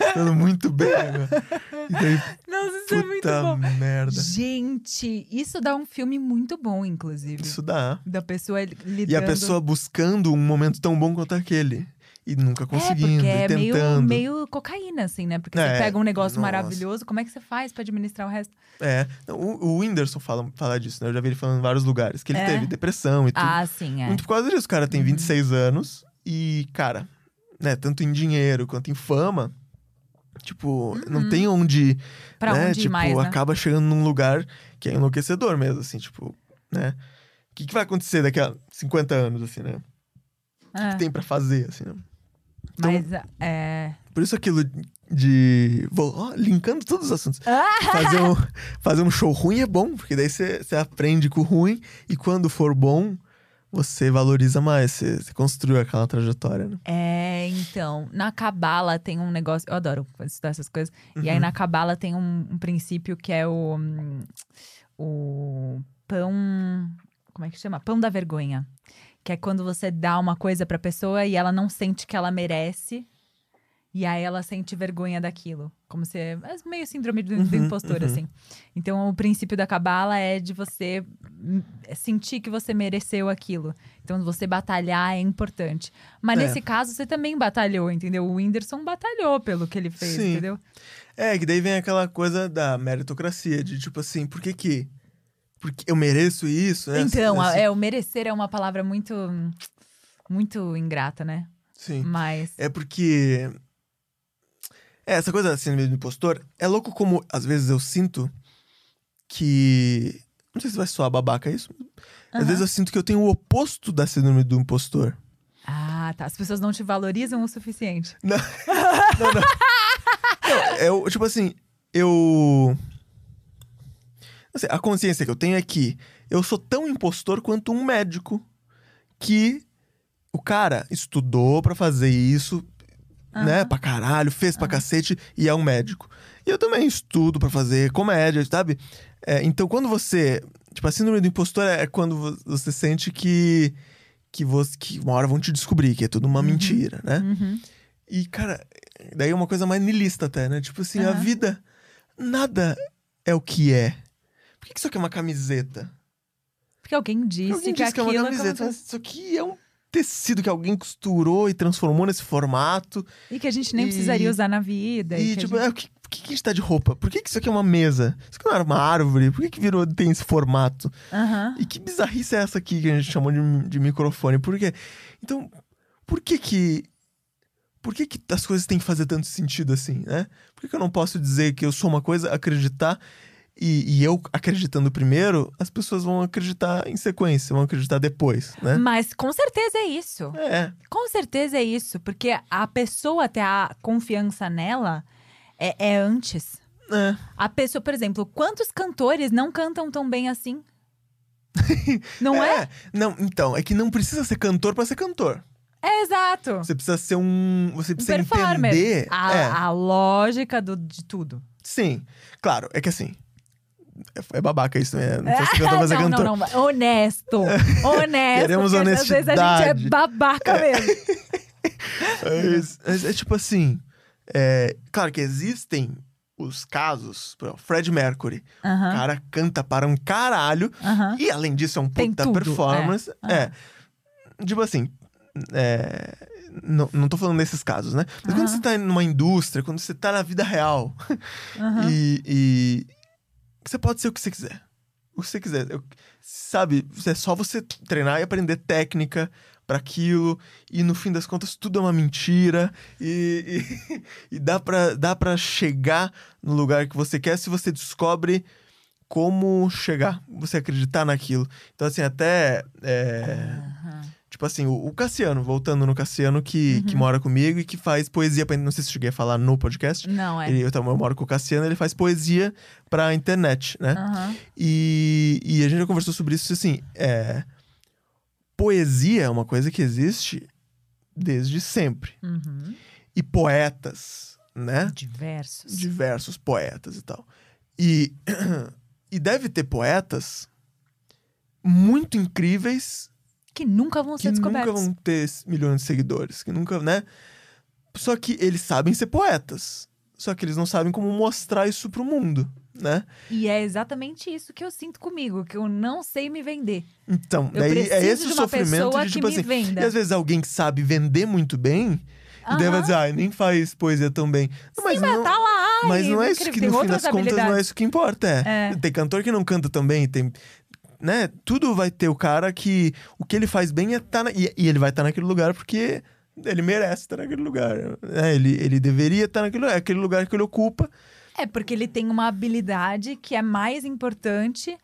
estando muito bem agora. E daí,
[LAUGHS] Nossa, isso é muito
puta
bom.
merda.
Gente, isso dá um filme muito bom, inclusive.
Isso dá.
Da pessoa lidando. É,
E a pessoa buscando um momento tão bom quanto aquele. E nunca conseguindo,
é,
e
porque é meio,
tentando.
meio cocaína, assim, né? Porque
É,
você pega um negócio
nossa.
maravilhoso, como é que você faz pra administrar o resto?
É. Não, o, o Whindersson fala, fala disso, né? Eu já vi ele falando em vários lugares. Que ele
É.
teve depressão e tudo.
Ah, sim, é.
Muito por causa disso. O cara tem 26 anos e, cara, né, tanto em dinheiro quanto em fama, tipo, não tem onde.
Uhum. Pra
né,
onde ir
tipo,
mais, né?
acaba chegando num lugar que é enlouquecedor mesmo, assim, tipo, né? O que, que vai acontecer daqui a 50 anos, assim, né? O
É.
que tem pra fazer, assim, né? Então-
Mas é.
Por isso aquilo de. Vou, ó, linkando todos
[LAUGHS]
os assuntos. Fazer, um, fazer um show ruim é bom, porque daí você você aprende com o ruim e quando for bom, você valoriza mais, você, você construiu aquela trajetória, né?
É, então, na cabala tem um negócio. Eu adoro estudar essas coisas. E
Uhum.
aí na cabala tem um, um princípio que é o. hum, O pão. Como é que chama? Pão da vergonha. Que é quando você dá uma coisa pra pessoa e ela não sente que ela merece. E aí ela sente vergonha daquilo. Como se. É meio síndrome do, do
Uhum,
impostor,
uhum.
assim. Então o princípio da cabala é de você hum, sentir que você mereceu aquilo. Então você batalhar é importante. Mas
É.
nesse caso, você também batalhou, entendeu? O Whindersson batalhou pelo que ele fez,
Sim.
entendeu?
É, que daí vem aquela coisa da meritocracia, de tipo assim, por que que. Porque eu mereço isso, né?
então,
Assim,
a- é, o merecer é uma palavra muito. hum, Muito ingrata, né?
Sim.
Mas.
É porque. É, essa coisa da síndrome do impostor é louco como às vezes eu sinto que. Não sei se vai soar babaca isso. Às
Aham.
vezes eu sinto que eu tenho o oposto da síndrome do impostor.
Ah, tá. As pessoas não te valorizam o suficiente.
Não, não, não. Não, eu, tipo assim, eu. não sei, a consciência que eu tenho é que eu sou tão impostor quanto um médico que o cara estudou pra fazer isso,
Ah,
né, pra caralho, fez pra cacete e é um médico. E eu também estudo pra fazer comédia, sabe? É, então quando você. Tipo, a síndrome do impostor é quando vo- você sente que. Que, você, que uma hora vão te descobrir que é tudo uma mentira, né?
Uhum.
E, cara, daí é uma coisa mais niilista até, né? Tipo assim, a
Aham.
vida, nada é o que é. Por que que isso aqui é uma camiseta?
Porque alguém disse
Alguém
que
disse que é
aquilo
uma camiseta,
aconteceu.
mas isso aqui é um tecido que alguém costurou e transformou nesse formato.
E que a gente nem
E-
precisaria usar na vida.
E,
que a
tipo,
gente-
é, o que- por que, que a gente tá de roupa? Por que, que isso aqui é uma mesa? Isso aqui não era uma árvore? Por que, que virou, tem esse formato?
Aham.
é. E que bizarrice é essa aqui que a gente chamou de, de microfone? Por quê? Então, por que que. Por que, que as coisas têm que fazer tanto sentido assim, né? Por que, que eu não posso dizer que eu sou uma coisa, acreditar, e, e eu acreditando primeiro, as pessoas vão acreditar em sequência, vão acreditar depois, né?
Mas com certeza é isso.
É,
Com certeza é isso, porque a pessoa ter a confiança nela é, é antes.
É.
A pessoa, por exemplo, quantos cantores não cantam tão bem
[LAUGHS]
assim? não é?
Não, então, é que não precisa ser cantor pra ser cantor.
É exato.
Você precisa ser um. Você
Um
precisa
performer. Ah,
entender.
A,
é,
a lógica do- de tudo.
Sim. Claro, é que assim. É, é babaca isso, né? Não precisa ser cantor pra ser
[LAUGHS] não,
cantor.
não, não.
[LAUGHS]
Honesto. Honesto.
Queremos
porque Às vezes a gente
honestidade.
é babaca mesmo.
Mas, mas é tipo assim. é, claro que existem os casos. por exemplo, Fred Mercury. O
Aham,
cara canta para um caralho.
aham.
E além disso, é um
Tem
puta
tudo,
performance.
é.
É. Tipo assim. é, não, não tô falando desses casos, né? Mas
Aham.
quando você tá numa indústria, quando você tá na vida real,
aham.
E, e você pode ser o que você quiser. O que você quiser. Eu- sabe, é só você treinar e aprender técnica pra aquilo. E no fim das contas, tudo é uma mentira. E, e, [LAUGHS] e dá, pra, dá pra chegar no lugar que você quer se você descobre como chegar, você acreditar naquilo. Então, assim, até. é,
Aham. Uhum.
Tipo assim, o, o Cassiano, voltando no Cassiano, que, que mora comigo e que faz poesia pra. Não sei se eu cheguei a falar no podcast.
Não é.
Ele, eu, tam- eu moro com o Cassiano, ele faz poesia pra internet, né?
Aham.
E, e a gente já conversou sobre isso, assim, é... Poesia é uma coisa que existe desde sempre.
Uhum.
E poetas, né?
Diversos.
Diversos poetas e tal. E, [CLEARS THROAT] e deve ter poetas muito incríveis
Que nunca vão
que
ser descobertos.
nunca vão ter milhões de seguidores, que nunca, né? Só que eles sabem ser poetas. Só que eles não sabem como mostrar isso pro mundo, né?
E é exatamente isso que eu sinto comigo, que eu não sei me vender.
Então,
Eu
daí
preciso
é esse
de
o
uma
sofrimento
pessoa
de
que
tipo
me
assim.
venda.
E às vezes alguém que sabe vender muito bem, e daí vai
Aham.
dizer, ah, nem faz poesia tão bem. Não, mas, não,
Tá lá.
mas
e
não é isso
incrível,
que
tem
no fim
outras
das contas não é
habilidades.
isso que importa. É.
É.
Tem cantor que não canta também, tem. Né? Tudo vai ter o cara que o que ele faz bem é tá na- e, e ele vai estar naquele lugar porque ele merece estar naquele lugar. né? Ele, ele deveria estar naquele lugar, é aquele lugar que ele ocupa.
É porque ele tem uma habilidade que é mais importante.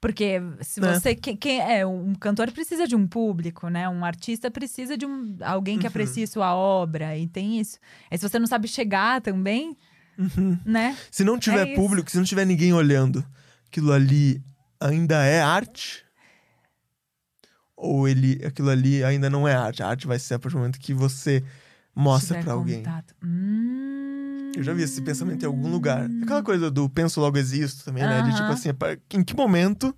Porque se
Né?
você. Quem, quem- é, um cantor precisa de um público, né? Um artista precisa de um, alguém
Uhum.
que aprecie sua obra. E tem isso. Aí se você não sabe chegar também,
Uhum.
né?
Se não tiver
isso.
público, se não tiver ninguém olhando, aquilo ali ainda é arte? Ou ele, aquilo ali ainda não é arte? A arte vai ser a partir do momento que você mostra
Tiver
pra alguém.
contato. Hum.
Eu já vi esse pensamento em algum lugar. Aquela coisa do penso logo existo também, né? De tipo
Aham.
assim, pa- em que momento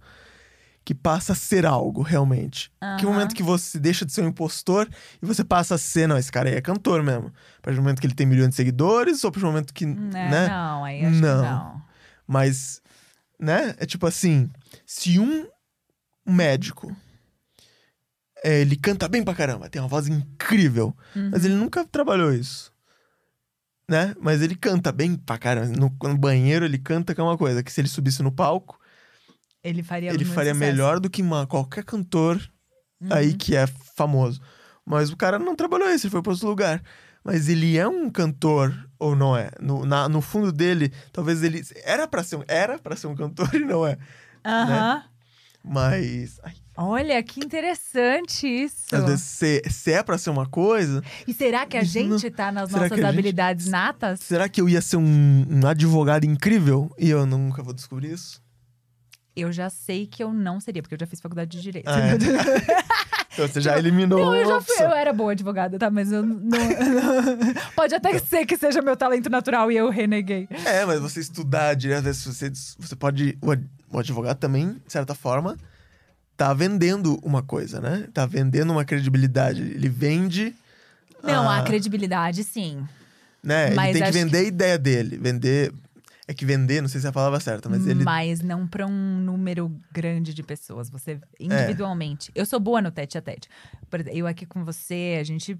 que passa a ser algo realmente? Em que
Aham.
momento que você deixa de ser um impostor e você passa a ser, não, esse cara aí é cantor mesmo. A partir do momento que ele tem milhões de seguidores ou a partir do momento que,
É,
né?
Não, aí acho
Não.
que não.
Mas, né? É tipo assim: se um médico. é, ele canta bem pra caramba, tem uma voz incrível. Mas ele nunca trabalhou isso. Né? Mas ele canta bem pra caramba. No, no banheiro ele canta, que é uma coisa que se ele subisse no palco,
Ele faria
ele
muito
faria
sucesso. Uhum.
melhor do que uma- qualquer cantor aí que é famoso. Mas o cara não trabalhou isso, ele foi para outro lugar. Mas ele é um cantor ou não é? No, na- no fundo dele, talvez ele era para ser um, era para ser um cantor e não é.
Aham.
Mas ai,
Olha, que interessante isso.
às vezes se, se é para ser uma coisa,
E será que a
Isso não-
gente tá nas
Será que
nossas
a gente-
habilidades natas?
será que eu ia ser um, um advogado incrível e eu nunca vou descobrir isso?
Eu já sei que eu não seria, porque eu já fiz faculdade de direito.
Ah,
[LAUGHS]
é. Então, você já eliminou
Não, eu
uma
já fui,
opção.
eu era boa advogada, tá? Mas eu não. Pode
Tá.
até ser que seja meu talento natural e eu reneguei.
É, mas você estudar direito, às vezes você, você pode. O ad- o advogado também, de certa forma, tá vendendo uma coisa, né? Tá vendendo uma credibilidade. Ele vende.
Não,
ah,
a credibilidade, sim.
Né? Ele
mas
tem que
acho
vender a ideia dele. Vender. É que vender, não sei se é a palavra certa, mas ele.
Mas não pra um número grande de pessoas. Você individualmente. Eu sou boa no tete a tete. Por exe- Eu aqui com você, a gente.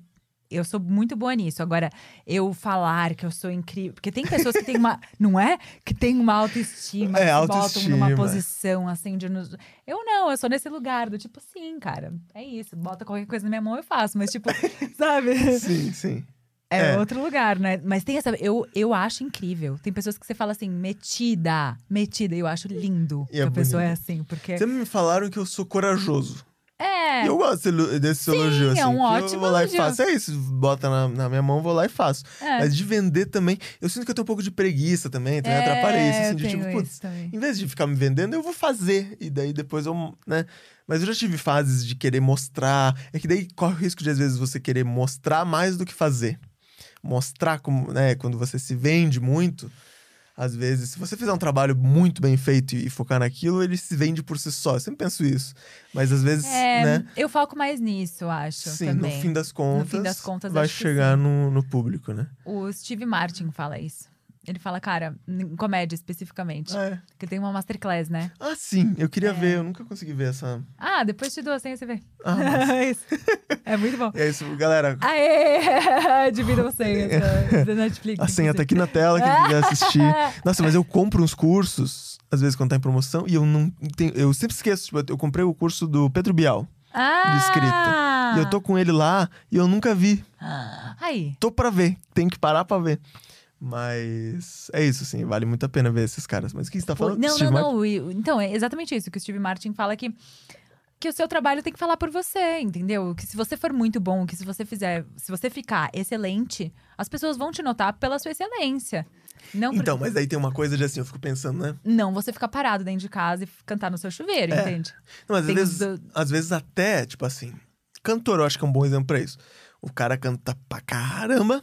Eu sou muito boa nisso. Agora, eu falar que eu sou incrível. Porque tem pessoas que têm uma. [LAUGHS] não é? Que tem uma autoestima,
É,
que se
autoestima.
botam numa posição assim de. nos- Eu não, eu sou nesse lugar do tipo, sim, cara, é isso. Bota qualquer coisa na minha mão, eu faço. Mas, tipo, [LAUGHS] sabe?
Sim, sim.
É,
É.
outro lugar, né? Mas tem essa. Eu, eu acho incrível. Tem pessoas que você fala assim, metida, metida. Eu acho lindo
E é
que a pessoa é
bonito.
assim, porque.
Sempre me falaram que eu sou corajoso.
É.
E eu gosto desse- desse elogio, assim.
é um
que eu
ótimo
vou lá
elogio.
e faço. É isso, bota na, na minha mão, vou lá e faço.
é.
Mas de vender também, eu sinto que eu tenho um pouco de preguiça também, também atrapalha isso,
É,
assim,
eu
de tipo,
tenho
putz,
isso também.
em vez de ficar me vendendo, eu vou fazer. E daí depois eu, né? Mas eu já tive fases de querer mostrar. É que daí corre o risco de, às vezes, você querer mostrar mais do que fazer. Mostrar como, né? Quando você se vende muito, às vezes, se você fizer um trabalho muito bem feito e, e focar naquilo, ele se vende por si só. Eu sempre penso isso. Mas às vezes,
É,
né?
Eu foco mais nisso, eu acho.
Sim,
também.
no fim das contas,
das contas,
vai
acho que
chegar no, no público, né?
O Steve Martin fala isso. Ele fala, cara, em comédia especificamente.
Ah, é.
Que tem uma masterclass, né?
Ah, sim, eu queria
É.
ver, eu nunca consegui ver essa.
Ah, depois te dou a senha e você vê. [LAUGHS]
Ah, mas-
Isso. é muito bom.
é isso, galera.
Aê! [LAUGHS] Dividam senhas
[LAUGHS]
da- da Netflix.
A senha
inclusive.
tá aqui na tela, quem quiser assistir.
[LAUGHS]
Nossa, mas eu compro uns cursos, às vezes quando tá em promoção, e eu não tenho, eu sempre esqueço, tipo, eu comprei o curso do Pedro Bial,
Ah!
de escrita. e eu tô com ele lá e eu nunca vi.
Ah! Aí.
Tô pra ver, tenho que parar pra ver. Mas é isso, sim, vale muito a pena ver esses caras. Mas o que você tá
Pô,
falando?
não,
Steve
não,
Martin?
não. o- Então, é exatamente isso que o Steve Martin fala que que o seu trabalho tem que falar por você, entendeu? Que se você for muito bom, que se você fizer, se você ficar excelente, as pessoas vão te notar pela sua excelência. Não por-
Então, mas daí tem uma coisa de assim, eu fico pensando, né?
não você ficar parado dentro de casa e f- cantar no seu chuveiro,
É.
entende?
Não, mas às
Tem
vezes,
os do-
às vezes até, tipo assim, cantor eu acho que é um bom exemplo pra isso. O cara canta pra caramba,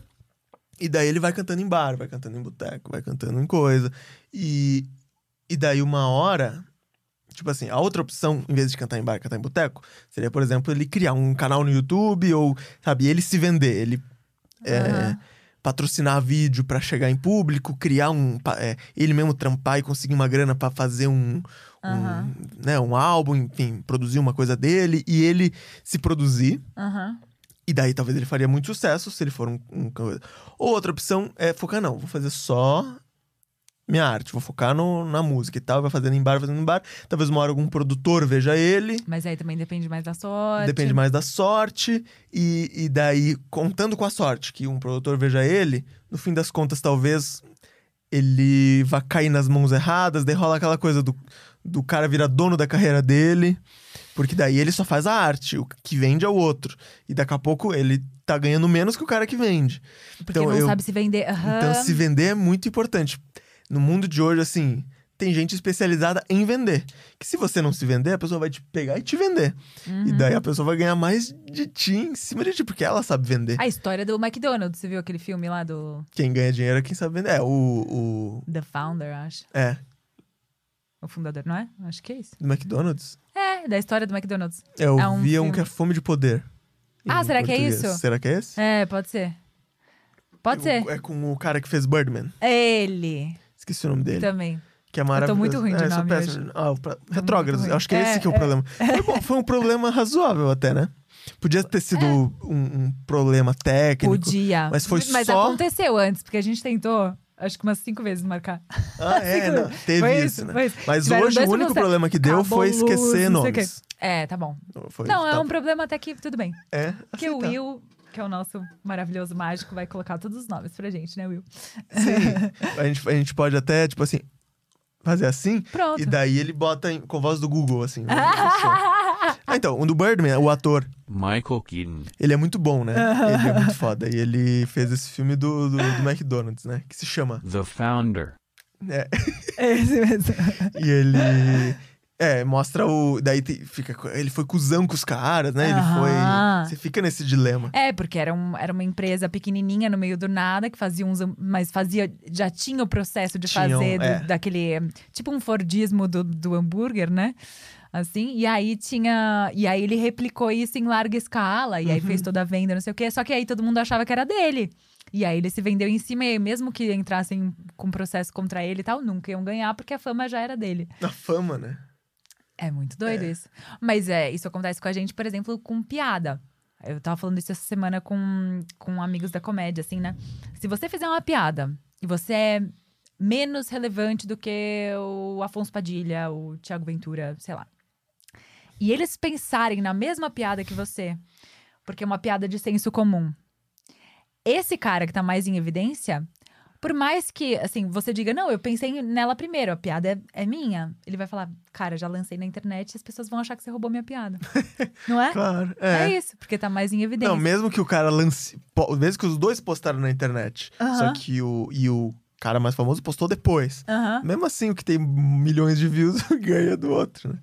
e daí ele vai cantando em bar, vai cantando em boteco, vai cantando em coisa. E, e daí uma hora, tipo assim, a outra opção, em vez de cantar em bar, cantar em boteco, seria, por exemplo, ele criar um canal no YouTube ou, sabe, ele se vender, ele é,
Aham.
patrocinar vídeo pra chegar em público, criar um. pa- é, ele mesmo trampar e conseguir uma grana pra fazer um. um,
Aham.
né, um álbum, enfim, produzir uma coisa dele e ele se produzir.
Aham.
E daí talvez ele faria muito sucesso se ele for um. um coisa. Ou outra opção é focar, não, vou fazer só minha arte, vou focar no, na música e tal, vai fazendo em bar, fazendo em bar. Talvez uma hora algum produtor veja ele.
Mas aí também depende mais da sorte.
Depende mais da sorte. E, e daí, contando com a sorte que um produtor veja ele, no fim das contas, talvez ele vá cair nas mãos erradas, daí rola aquela coisa do, do cara virar dono da carreira dele. Porque daí ele só faz a arte, o que vende é o outro. E daqui a pouco ele tá ganhando menos que o cara que vende.
Porque
então
não
eu-
sabe se vender. Aham.
Então, se vender é muito importante. No mundo de hoje, assim, tem gente especializada em vender. Que se você não se vender, a pessoa vai te pegar e te vender. E
Uhum.
daí a pessoa vai ganhar mais de ti em cima de ti, porque ela sabe vender.
A história do McDonald's, você viu aquele filme lá do
Quem ganha dinheiro é quem sabe vender. É, o. o
The Founder, acho.
é,
O fundador, não é? Acho que é isso.
do McDonald's.
É, da história do McDonald's.
Eu
É um
vi um
filme.
que é Fome de Poder. em
Ah, será que é isso?
Será que é esse?
É, pode ser. Pode ser. É
O- É com o cara que fez Birdman.
Ele
Esqueci o nome dele.
também.
Que é maravilhoso.
muito ruim de
é, eu sou
nome Tá
péssimo. Ah, o pra- Retrógrados.
ruim.
Acho que é esse
É,
que é o
é.
problema. Foi, bom, foi um problema razoável até, né? Podia ter sido um, um problema técnico.
É. Podia.
Mas foi
Mas
só-
aconteceu antes, porque a gente tentou, acho que umas cinco vezes marcar.
Ah, é, não, teve
[LAUGHS] Foi
isso,
isso,
né?
foi isso.
Mas
Tiveram
hoje o
dois
único
problemas.
problema que deu
Acabou
foi
luz,
esquecer
não sei o quê.
nomes.
É, tá bom.
Foi-
não, é
tá-
um problema até que tudo bem.
É,
Porque o
aceitar.
Will, que é o nosso maravilhoso mágico, vai colocar todos os nomes pra gente, né, Will? [LAUGHS]
Sim. A gente, a gente pode até, tipo assim, fazer assim.
Pronto.
E daí ele bota em- com voz do Google, assim.
[LAUGHS]
ah, então, o do Birdman, o ator,
Michael Keaton.
ele é muito bom, né? Ele é muito foda. E ele fez esse filme do, do, do McDonald's, né? Que se chama.
The founder.
É,
Esse mesmo.
e ele. É, mostra o. Daí te- fica. co- Ele foi cuzão com os caras, né? Ele
Aham.
foi. Você fica nesse dilema.
É, porque era, um- era uma empresa pequenininha no meio do nada, que fazia uns. Mas fazia. Já tinha um, o processo de
Tinham,
fazer do-
é.
daquele. Tipo um Fordismo do, do hambúrguer, né? Assim. E aí tinha. E aí ele replicou isso em larga escala. E aí fez toda a venda, não sei o quê. Só que aí todo mundo achava que era dele. E aí ele se vendeu em cima, e aí mesmo que entrassem com processo contra ele e tal, nunca iam ganhar, porque a fama já era dele.
Na fama, né?
É muito doido isso. Mas é, isso acontece com a gente, por exemplo, com piada. Eu tava falando isso essa semana com, com amigos da comédia, assim, né? Se você fizer uma piada e você é menos relevante do que o Afonso Padilha, o Thiago Ventura, sei lá. E eles pensarem na mesma piada que você, porque é uma piada de senso comum. Esse cara que tá mais em evidência Por mais que, assim, você diga, não, eu pensei nela primeiro, a piada é, é minha. Ele vai falar, cara, já lancei na internet e as pessoas vão achar que você roubou minha piada. não é?
Claro,
É.
é.
isso, porque tá mais em evidência.
Não, mesmo que o cara lance. po- Mesmo que os dois postaram na internet. Só
Aham.
que o. E o cara mais famoso postou depois.
Aham.
Mesmo assim, o que tem milhões de views [LAUGHS] ganha do outro, né?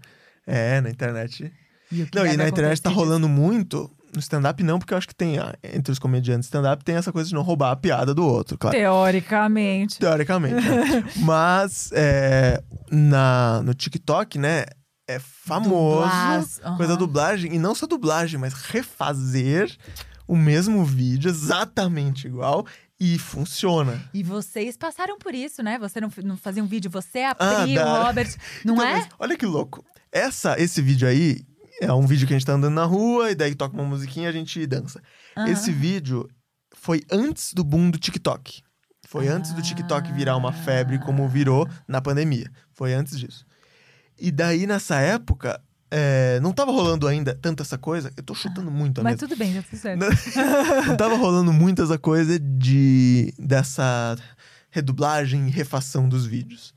É, na internet.
E, o que
Não, e
deve
na internet
acontecer
tá
disso?
rolando muito. No stand-up não, porque eu acho que tem. ah, Entre os comediantes de stand-up tem essa coisa de não roubar a piada do outro, claro.
Teoricamente.
Teoricamente.
[LAUGHS]
né? Mas é, na, no TikTok, né? É famoso.
Dublás, aham.
Coisa da dublagem. E não só dublagem, mas refazer o mesmo vídeo exatamente igual. E funciona.
E vocês passaram por isso, né? Você não, não fazia um vídeo, você, a
Ah,
Pri,
dá.
o
[LAUGHS]
Robert, não
Então,
é?
mas olha que louco. Essa, esse vídeo aí é um vídeo que a gente tá andando na rua e daí toca uma musiquinha e a gente dança.
Aham.
Esse vídeo foi antes do boom do TikTok. Foi antes do TikTok virar uma
Ah.
febre como virou na pandemia. Foi antes disso. E daí, nessa época, é, não tava rolando ainda tanto essa coisa. Eu tô chutando muito a
Mas
mesa.
tudo bem, tá tudo certo.
Não, não tava rolando muito essa coisa de dessa redublagem e refação dos vídeos.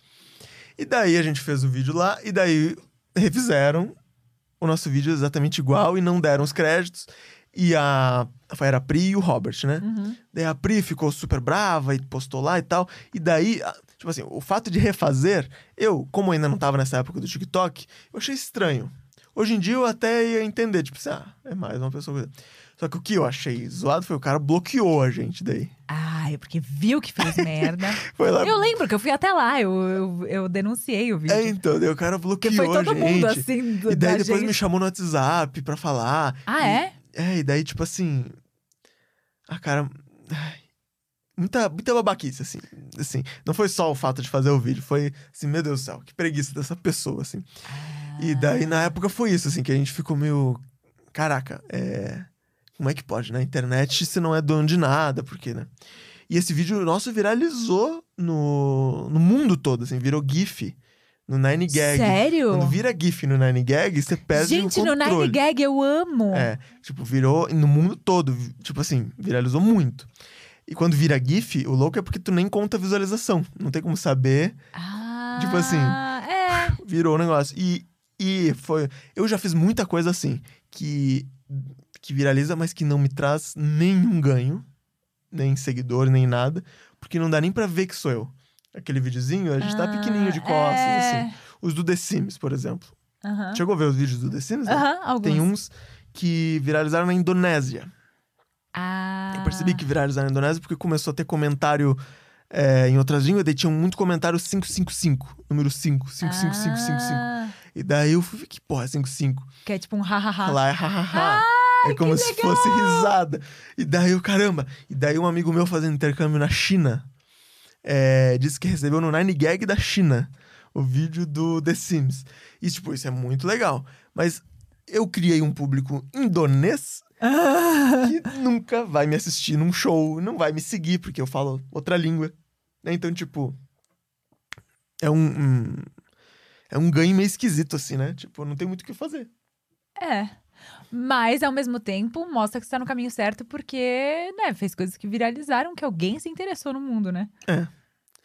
E daí a gente fez o vídeo lá e daí refizeram o nosso vídeo exatamente igual e não deram os créditos. E a era a Pri e o Robert, né?
Uhum.
Daí a Pri ficou super brava e postou lá e tal. E daí, a- tipo assim, o fato de refazer, eu, como ainda não tava nessa época do TikTok, eu achei estranho. Hoje em dia eu até ia entender, tipo assim, ah, é mais uma pessoa. Só que o que eu achei zoado foi o cara bloqueou a gente daí.
Ah, é porque viu que fez
[LAUGHS]
merda.
Foi lá.
Eu lembro que eu fui até lá, eu, eu, eu denunciei o vídeo.
É, então, daí o cara
porque
bloqueou
foi
a
todo
gente.
mundo assim. do-
e daí
da
depois
gente.
me chamou no WhatsApp pra falar.
Ah,
E-
é?
É, e daí, tipo assim. Ah, cara. ai, muita, muita babaquice, assim. assim. Não foi só o fato de fazer o vídeo, foi assim, meu Deus do céu, que preguiça dessa pessoa, assim.
Ah.
E daí, na época, foi isso, assim, que a gente ficou meio. Caraca, é. Como é que pode? Na internet você não é dono de nada, porque, né? E esse vídeo nosso viralizou no, no mundo todo, assim, virou GIF no Nine Gag.
Sério?
Quando vira GIF no Nine Gag, você perde
gente,
o
no
um
Nine
controle.
Gag eu amo.
É, tipo, virou no mundo todo, vi- tipo assim, viralizou muito. E quando vira GIF, o louco é porque tu nem conta a visualização. Não tem como saber,
Ah,
Tipo assim.
É.
virou o negócio. E, e foi. Eu já fiz muita coisa assim, que, que viraliza, mas que não me traz nenhum ganho, nem seguidor, nem nada, porque não dá nem pra ver que sou eu. Aquele videozinho, a gente tá
Ah,
pequenininho de costas,
é.
assim. Os do The Sims, por exemplo.
Aham.
Chegou a ver os vídeos do The Sims? né?
Aham, alguns.
Tem uns que viralizaram na Indonésia.
Ah.
Eu percebi que viralizaram na Indonésia porque começou a ter comentário é, em outras línguas, daí tinha muito comentário 555, número 5, 55555.
Ah,
E daí eu fui, que porra, é 55?
Que é tipo um hahaha.
Lá é hahaha. É como se fosse risada. E daí eu, caramba. E daí um amigo meu fazendo intercâmbio na China é, disse que recebeu no Nine Gag da China o vídeo do The Sims. E, tipo, isso é muito legal. Mas eu criei um público indonês que nunca vai me assistir num show, não vai me seguir, porque eu falo outra língua. né? Então, tipo. É um, um- É um ganho meio esquisito, assim, né? Tipo, não tem muito o que fazer.
É. Mas, ao mesmo tempo, mostra que você tá no caminho certo, porque, né, fez coisas que viralizaram, que alguém se interessou no mundo, né?
É.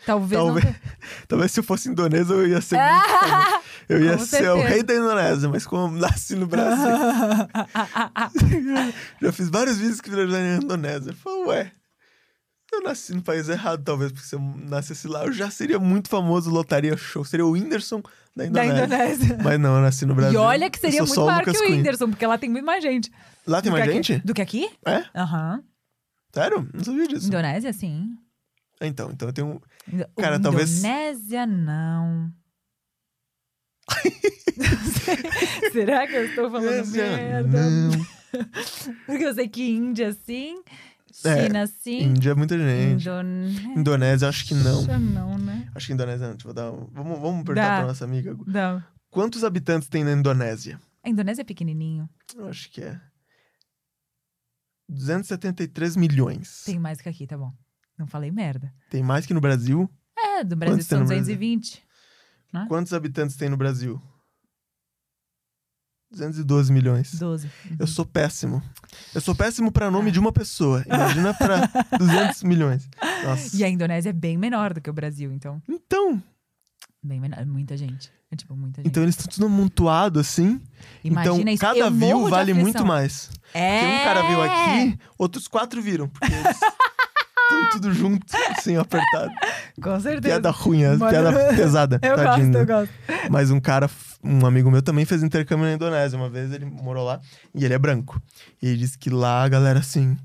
Talvez, não
Talvez.
tenha-
[LAUGHS] Talvez se eu fosse indonesa, eu ia
[LAUGHS]
ser. muito famoso. eu ia
Com
ser o
certeza.
rei da Indonésia, mas como eu nasci no
[LAUGHS]
Brasil. [LAUGHS] Já fiz vários vídeos que viralizaram na Indonésia. Eu falei, ué. Eu nasci no país errado, talvez, porque se eu nascesse lá, eu já seria muito famoso, lotaria show. Seria o Whindersson da
da
Indonésia.
Indonésia.
Mas não, eu nasci no Brasil.
E olha que
Eu
seria
sou
muito
só
maior
Lucas
que o
Cunha.
Whindersson, porque lá tem muito mais gente.
Lá tem
Do
mais
que
gente?
Aqui. Do que aqui?
É?
Aham.
Sério? Não sabia disso.
Indonésia, sim.
Ah, Então, então eu tenho.
Indo-
Cara, talvez-
Indonésia,
[LAUGHS]
não. [LAUGHS] Não sei. Será que eu estou falando merda?
Não.
Porque eu sei que Índia sim,
É,
China sim,
Índia é muita gente.
Indonésia
Indonésia, acho que não.
não, né?
Acho que Indonésia não. Deixa eu dar um... vamos, vamos perguntar
Dá.
pra nossa amiga.
Não.
Quantos habitantes tem na Indonésia?
A Indonésia é pequenininho,
Eu acho que é. 273 milhões.
tem mais que aqui, tá bom. Não falei merda.
Tem mais que no Brasil.
É, do Brasil
Quantos tem
são
no Brasil?
220. Hã?
Quantos habitantes tem no Brasil? 212 milhões.
12.
Eu sou péssimo. Eu sou péssimo pra
Ah.
nome de uma pessoa.
[LAUGHS]
Imagina pra 200 milhões. Nossa.
E a Indonésia é bem menor do que o Brasil, então.
Então,
Bem menor. É muita gente. É tipo muita gente.
então eles estão tudo amontoado assim.
Imagina
então
isso.
cada
Eu morro
view
de
vale
aflição.
muito mais.
É.
Porque um cara viu aqui, outros quatro viram. Porque eles
[LAUGHS]
estão tudo junto, assim, apertado.
Com certeza.
Piada ruim, é
Mano, [LAUGHS]
piada pesada.
Eu
tadinho,
gosto,
né?
eu gosto.
Mas um cara, um amigo meu também fez intercâmbio na Indonésia. Uma vez ele morou lá e ele é branco. E ele disse que lá a galera assim,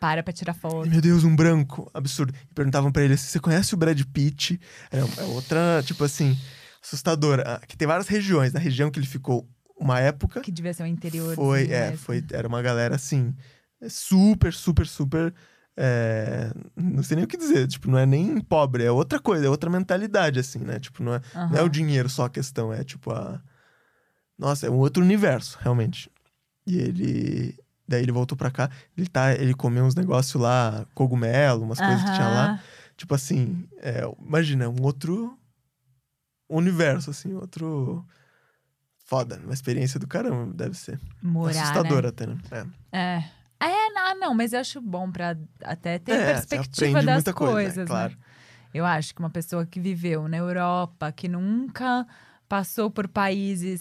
Para pra tirar foto.
meu Deus, um branco, absurdo. E perguntavam pra ele assim: você conhece o Brad Pitt? É é outra, tipo assim, assustadora. Ah, Que tem várias regiões. Na região que ele ficou uma época,
Que devia ser o interior.
foi,
assim,
é,
mas-
foi, era uma galera assim, super, super, super. é, não sei nem o que dizer, tipo, não é nem pobre, é outra coisa, é outra mentalidade, assim, né? Tipo, não é,
Aham.
não é o dinheiro só a questão, é tipo a. Nossa, é um outro universo, realmente. E ele. Daí ele voltou pra cá, ele, tá, ele comeu uns negócios lá, cogumelo, umas coisas que tinha lá.
Aham.
Tipo assim, é, imagina, um outro universo, assim, outro. Foda, uma experiência do caramba, deve ser.
Morar, né?
Assustadora até, né? É.
É. É, não, ah, não, mas eu acho bom pra até ter
É, você
perspectiva
aprende
das
muita coisa,
coisas,
é
né?
claro.
Eu acho que uma pessoa que viveu na Europa, que nunca passou por países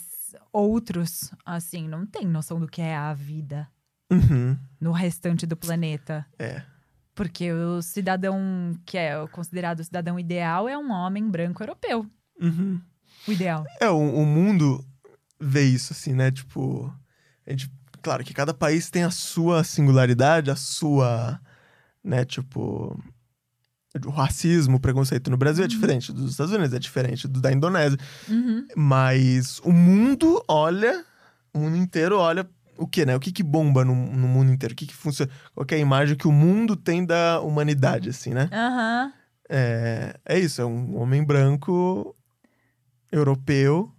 outros, assim, não tem noção do que é a vida
Uhum,
no restante do planeta.
é.
Porque o cidadão que é o considerado o cidadão ideal é um homem branco europeu.
Uhum.
O ideal.
É, o, o mundo vê isso, assim, né? Tipo, a gente, claro que cada país tem a sua singularidade, a sua, né, tipo... O racismo, o preconceito no Brasil é diferente dos Estados Unidos, é diferente do da Indonésia.
Uhum.
Mas o mundo olha, o mundo inteiro olha o que, né? O que que bomba no, no mundo inteiro? O que que funciona? Qual que é a imagem que o mundo tem da humanidade, assim, né?
Aham.
É, é isso, é um homem branco, europeu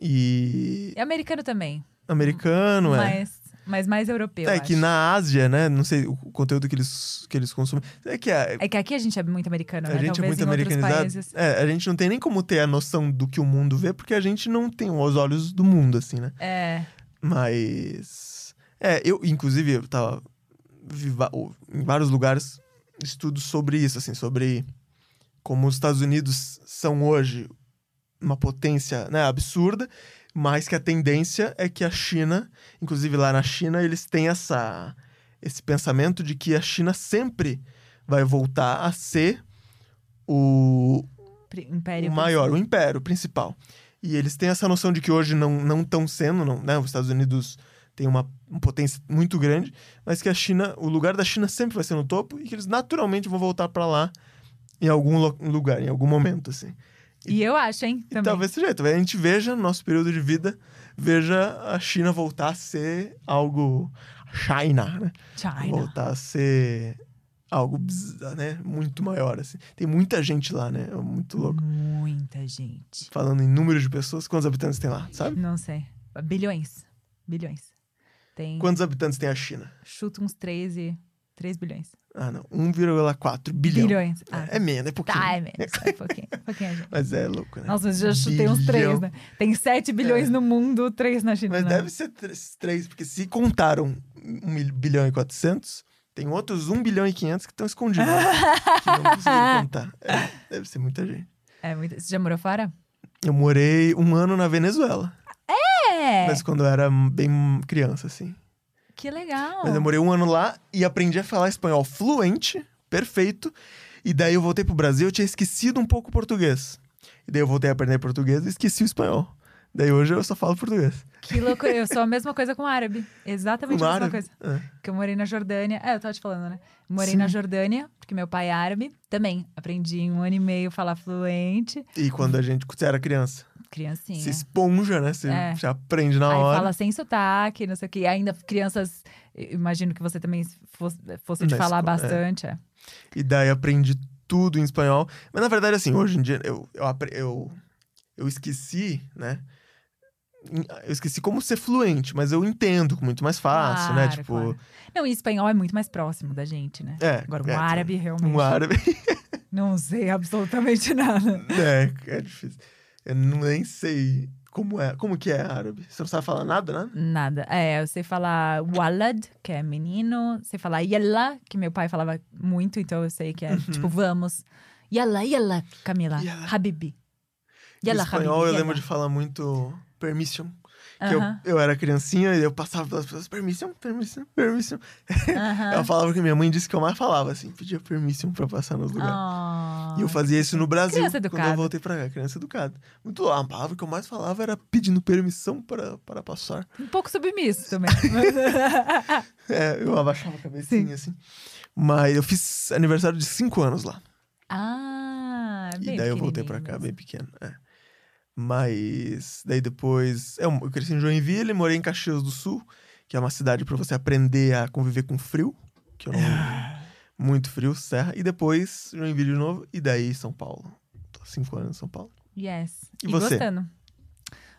e
E americano também.
americano, é.
mas, mas mais europeu.
é
acho.
que na Ásia, né? Não sei o conteúdo que eles, que eles consomem. É que a,
É que aqui a gente é muito americano,
a
né?
gente é
Talvez
muito
em outros
americanizado.
países.
É, a gente não tem nem como ter a noção do que o mundo vê, porque a gente não tem os olhos do mundo, assim, né?
É.
Mas. É, eu, inclusive, eu tava. vi va- ou- em vários lugares estudos sobre isso, assim, sobre como os Estados Unidos são hoje uma potência né, absurda, mas que a tendência é que a China, inclusive lá na China, eles têm essa, esse pensamento de que a China sempre vai voltar a ser o,
pri- Império.
o maior, o império principal. E eles têm essa noção de que hoje não não estão sendo, não, né? Os Estados Unidos têm uma uma potência muito grande, mas que a China, o lugar da China sempre vai ser no topo e que eles naturalmente vão voltar para lá em algum lo- lugar, em algum momento, assim.
E eu acho, hein?
E
Também.
talvez seja, talvez a gente veja no nosso período de vida, veja a China voltar a ser algo China, né?
China.
voltar a ser algo bzz, né? muito maior assim. Tem muita gente lá, né? É muito louco
Muita gente.
falando em número de pessoas, quantos habitantes tem lá, sabe?
Não sei. Bilhões. Bilhões. Tem.
Quantos habitantes tem a China?
Chuta uns 13. 3 bilhões.
Ah, não. 1,4 bilhão.
Bilhões. Ah,
É, é menos, é pouquinho.
tá, é menos. É pouquinho. pouquinho gente.
Mas é louco, né?
Nossa, mas já chutei uns 3,
Bilhão. É.
né? Tem 7 bilhões no mundo, 3 na China.
Mas
né?
deve ser 3, porque se contaram 1 bilhão e 400, tem outros 1 bilhão e 500 que estão escondidos. né? que não
[LAUGHS]
conseguiram contar. É, deve ser muita gente.
É muito... Você já morou fora?
Eu morei um ano na Venezuela,
É!
mas quando eu era bem criança, assim.
Que legal!
Mas eu morei um ano lá e aprendi a falar espanhol fluente, perfeito. E daí eu voltei pro Brasil, eu tinha esquecido um pouco o português. E daí eu voltei a aprender português e esqueci o espanhol. Daí hoje eu só falo português.
Que loucura. Eu sou a mesma coisa com árabe. Exatamente
Com
a mesma
árabe?
coisa.
É.
Porque eu morei na Jordânia. É, eu tava te falando, né? Morei
Sim.
na Jordânia, porque meu pai é árabe. Também aprendi em um ano e meio a falar fluente.
E quando a gente quando era criança,
Criancinha.
se esponja, né? Você
É.
já aprende na
Aí
hora.
fala sem sotaque, não sei o que. Ainda crianças. eu Imagino que você também fosse, fosse de
Na
falar
escola, é.
bastante. É.
E daí aprendi tudo em espanhol. Mas na verdade, assim, hoje em dia eu, eu, apre- eu, eu esqueci, né? Em- Eu esqueci como ser fluente, mas eu entendo muito mais fácil, né?
Claro,
Tipo,
claro. Não, e espanhol é muito mais próximo da gente, né?
é.
Agora, um
é,
árabe, realmente.
Um [LAUGHS] árabe.
Não sei absolutamente [LAUGHS] nada.
É, é difícil. Eu não, nem sei Como é? Como que é árabe? Você não sabe falar nada, né?
Nada. É, eu sei falar walad, que é menino. Sei falar yalla, que meu pai falava muito, então eu sei que
Uhum.
é tipo vamos. Yalla, yalla, Camila.
Yalla.
Habibi.
Em
Yalla,
espanhol
habibi.
eu lembro de falar muito permission. Que eu,
Aham,
eu era criancinha e eu passava pelas pessoas, permission, permission, permission.
aham.
[LAUGHS] É uma palavra que minha mãe disse que eu mais falava, assim, pedia permission pra passar nos lugares.
Ah,
Uhum. E eu fazia isso no Brasil,
Criança
quando
educada.
eu voltei pra cá, criança educada. Muito, a palavra que eu mais falava era pedindo permissão para, para passar.
Um pouco submisso
[LAUGHS]
também.
É, eu abaixava a cabecinha, assim. Mas eu fiz aniversário de 5 anos lá.
ah, bem
E daí eu voltei pra cá, bem
pequenininho
pequeno. é. Mas daí depois. Eu, eu cresci em Joinville, morei em Caxias do Sul, que é uma cidade pra você aprender a conviver com frio, que eu não.
[LAUGHS]
muito frio, serra. E depois Joinville de novo, e daí São Paulo. Tô há cinco anos em São Paulo.
Yes.
E você?
gostando.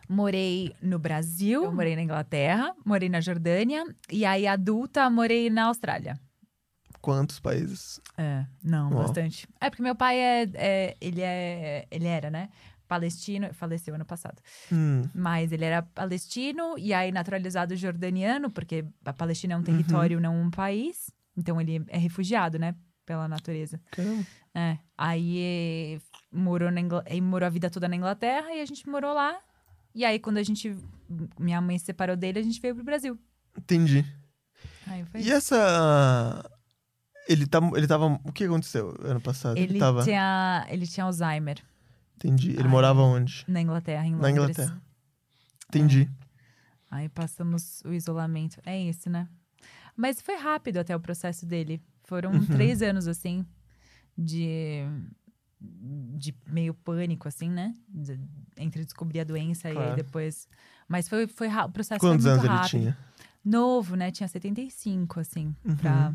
Morei no Brasil, morei na Inglaterra, morei na Jordânia e aí adulta morei na Austrália.
Quantos países?
É, não,
Uau.
bastante. É porque meu pai é, é- ele é, ele era, né? Palestino, faleceu ano passado.
Hum,
Mas ele era palestino e aí naturalizado jordaniano, porque a Palestina é
Uhum.
um território, não um país. Então ele é refugiado, né? Pela natureza.
caramba.
É, aí eh, morou, na Ingl... aí morou a vida toda na Inglaterra e a gente morou lá. E aí, quando a gente. Minha mãe se separou dele, a gente veio pro Brasil.
Entendi.
Aí foi.
E essa. Ele, tá, ele tava. O que aconteceu ano passado?
Ele,
tava.
tinha, ele tinha Alzheimer
Entendi. Ele
Ai.
morava onde?
na Inglaterra, em
Na
Londres.
Inglaterra. Entendi.
Aí passamos o isolamento. É isso, né? Mas foi rápido até o processo dele. Foram
Uhum.
três anos, assim, de. de meio pânico, assim, né? De- entre descobrir a doença e
Claro.
aí depois. Mas foi, foi ra- o processo
Quantos
foi
anos
muito
ele
rápido.
tinha?
novo, né? Tinha 75, assim,
Uhum.
pra...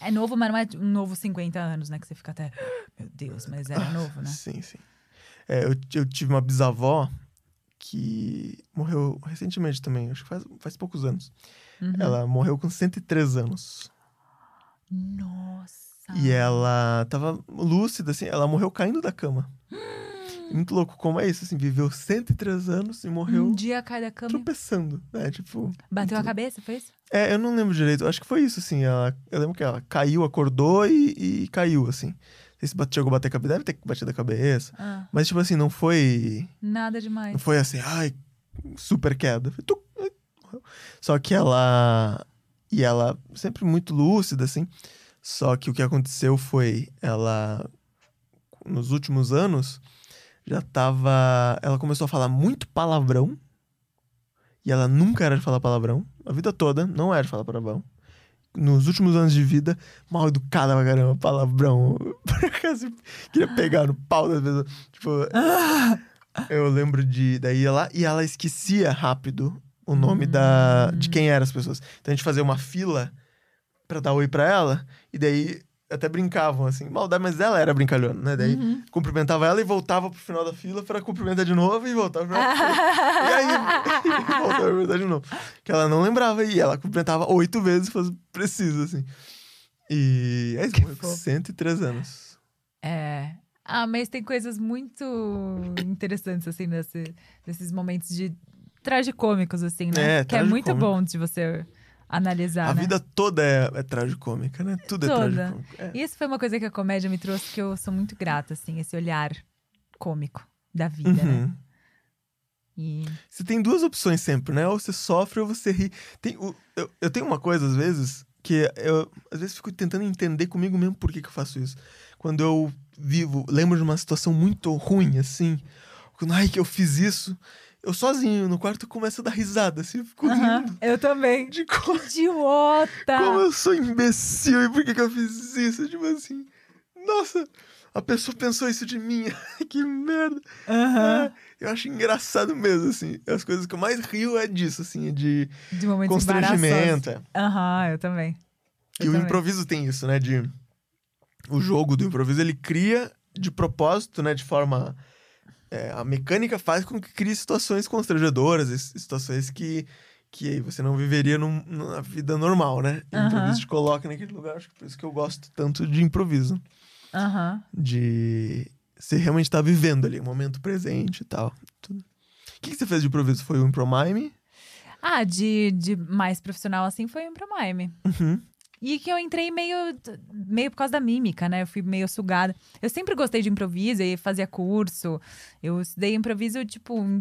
É novo, mas não é um novo 50 anos, né? Que você fica até... Meu Deus, mas era novo, né?
Sim, sim. É, eu, eu tive uma bisavó que morreu recentemente também, acho que faz, faz poucos anos.
Uhum.
Ela morreu com 103 anos.
Nossa!
E ela tava lúcida, assim, ela morreu caindo
[GASPS]
da cama. Muito louco, como é isso, assim, viveu 103 anos e morreu
Um dia cai da cama, e
tropeçando, né, tipo...
bateu a
muito-
cabeça, foi isso?
É, eu não lembro direito, eu acho que foi isso, assim, ela, eu lembro que ela caiu, acordou e, e caiu, assim. Não sei se bate- chegou a bater a cabeça, deve ter batido a cabeça.
Ah,
Mas, tipo assim, não foi...
nada
Não
demais.
foi assim, ai, super queda. Foi tuc, ai, morreu. Só que ela. E ela sempre muito lúcida, assim. Só que o que aconteceu foi. Ela. Nos últimos anos. Já tava. Ela começou a falar muito palavrão. E ela nunca era de falar palavrão. A vida toda não era de falar palavrão. Nos últimos anos de vida, mal educada pra caramba, palavrão. [LAUGHS] Por acaso, [LAUGHS] queria pegar no pau das pessoas. Tipo, eu lembro de. Daí ela. E ela esquecia rápido o nome da, de quem eram as pessoas. Então a gente fazia uma fila pra dar oi pra ela. E daí até brincavam, assim. Maldade, mas ela era brincalhona, né? Daí cumprimentava ela e voltava pro final da fila pra cumprimentar de novo e voltava pra. e aí. [LAUGHS] voltava pra cumprimentar de novo. Que ela não lembrava. E ela cumprimentava oito vezes, se fosse preciso, assim. E. É isso, morreu com
fofo.
103 anos.
[LAUGHS] É... Ah, mas tem coisas muito interessantes, assim, nesse, nesses momentos de tragicômicos, assim, né?
É,
que é muito
tragicômico.
bom de você analisar,
A
né?
vida toda é, é tragicômica, né? Tudo
Toda.
é tragicômico. É.
E isso foi uma coisa que a comédia me trouxe que eu sou muito grata, assim, esse olhar cômico da vida, né?
Uhum.
E
Você tem duas opções sempre, né? Ou você sofre ou você ri. Tem, o- eu, eu tenho uma coisa, às vezes, que eu às vezes fico tentando entender comigo mesmo por que, que eu faço isso. Quando eu vivo, lembro de uma situação muito ruim, assim. Quando, ai, que eu fiz isso. Eu sozinho no quarto começo a dar risada, assim. Eu fico
Aham,
rindo
eu também.
de como,
Idiota!
como eu sou imbecil e por que, que eu fiz isso. Tipo assim, nossa, a pessoa pensou isso de mim. [LAUGHS] que merda. É,
Aham.
Eu acho engraçado mesmo, assim. As coisas que eu mais rio é disso, assim, é de
De momentos embaraçosos.
constrangimento. é.
Aham, eu também.
E
Eu
o
também.
improviso tem isso, né? De. O jogo do improviso ele cria de propósito, né? De forma. é, a mecânica faz com que crie situações constrangedoras, e situações que, que você não viveria num- na vida normal, né? E O
Aham.
improviso te coloca naquele lugar, acho que por isso que eu gosto tanto de improviso.
Aham.
De. Você realmente tá vivendo ali, o momento presente e tal. O que, que você fez de improviso? Foi o Impromime?
Ah, de, de mais profissional assim foi pro Miami.
Uhum.
E que eu entrei meio, meio por causa da mímica, né? Eu fui meio sugada. Eu sempre gostei de improviso e fazia curso. Eu estudei improviso, tipo, em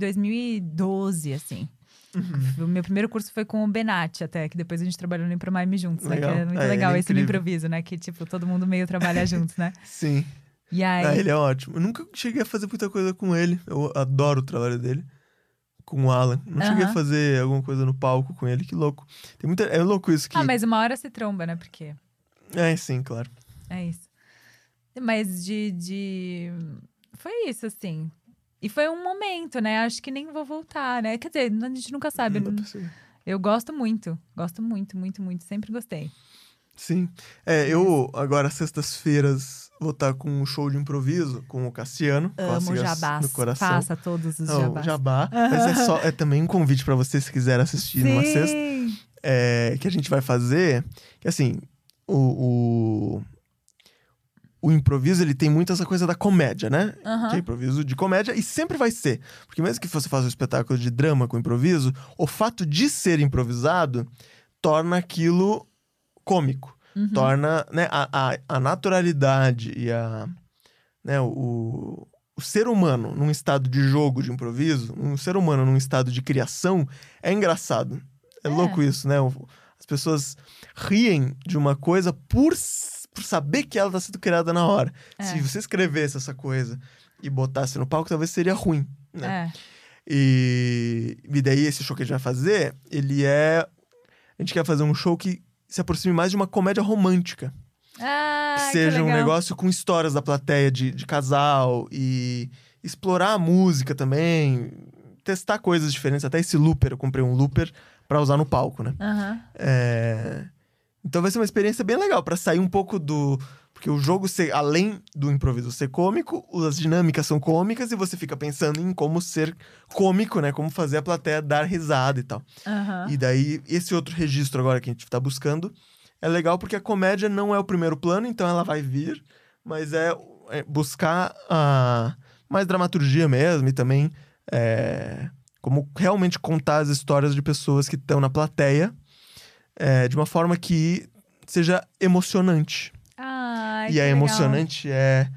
2012, assim.
Uhum.
O meu primeiro curso foi com o Benatti, até, que depois a gente trabalhou no Impromaime juntos, né?
Legal.
Que é muito
É, ele é
legal esse do
incrível.
improviso, né? Que, tipo, todo mundo meio trabalha juntos, né?
Sim.
E
Ah,
aí.
ele [LAUGHS] é ótimo. Eu nunca cheguei a fazer muita coisa com ele. Eu adoro o trabalho dele. Com o Alan. Não cheguei a
Aham.
fazer alguma coisa no palco com ele. Que louco. Tem muita... É louco isso que...
Ah, mas uma hora se tromba, né? Porque.
É, sim, claro.
É isso. Mas de, de. Foi isso, assim. E foi um momento, né? Acho que nem vou voltar, né? Quer dizer, a gente nunca sabe. hum.
Não dá pra saber.
Eu gosto muito. Gosto muito, muito, muito. Sempre gostei.
Sim. É, eu agora, sextas-feiras, vou estar com um show de improviso com o Cassiano. com as
Amo
cigas
jabás.
No coração.
Faça todos os
É, o
jabás. [LAUGHS]
Jabá. Mas é, só, é também um convite pra você, se quiser assistir numa sexta,
Sim.
é, que a gente vai fazer. Que assim, o, o, o improviso ele tem muito essa coisa da comédia, né?
Aham.
Que é improviso de comédia e sempre vai ser. Porque mesmo que você faça um espetáculo de drama com improviso, o fato de ser improvisado torna aquilo cômico.
Uhum.
Torna né, a, a, a naturalidade e a, né, o, o ser humano num estado de jogo de improviso, um ser humano num estado de criação, é engraçado. É,
É.
louco isso, né? O- As pessoas riem de uma coisa por, s- por saber que ela está sendo criada na hora.
É.
Se você escrevesse essa coisa e botasse no palco, talvez seria ruim. Né?
É.
E, e daí esse show que a gente vai fazer, ele é. A gente quer fazer um show que se aproxime mais de uma comédia romântica
Ah,
que
que
seja um
legal.
negócio com histórias da plateia de, de casal e explorar a música também, testar coisas diferentes. Até esse looper, eu comprei um looper pra usar no palco, né?
Aham.
É, Então vai ser uma experiência bem legal pra sair um pouco do. Porque o jogo, ser, além do improviso ser cômico, as dinâmicas são cômicas e você fica pensando em como ser cômico, né? Como fazer a plateia dar risada e tal.
Aham.
E daí, esse outro registro agora que a gente tá buscando é legal porque a comédia não é o primeiro plano, então ela vai vir, mas é, é buscar a mais dramaturgia mesmo e também é, como realmente contar as histórias de pessoas que estão na plateia é, de uma forma que seja emocionante.
Ai,
e
que
é
legal.
emocionante é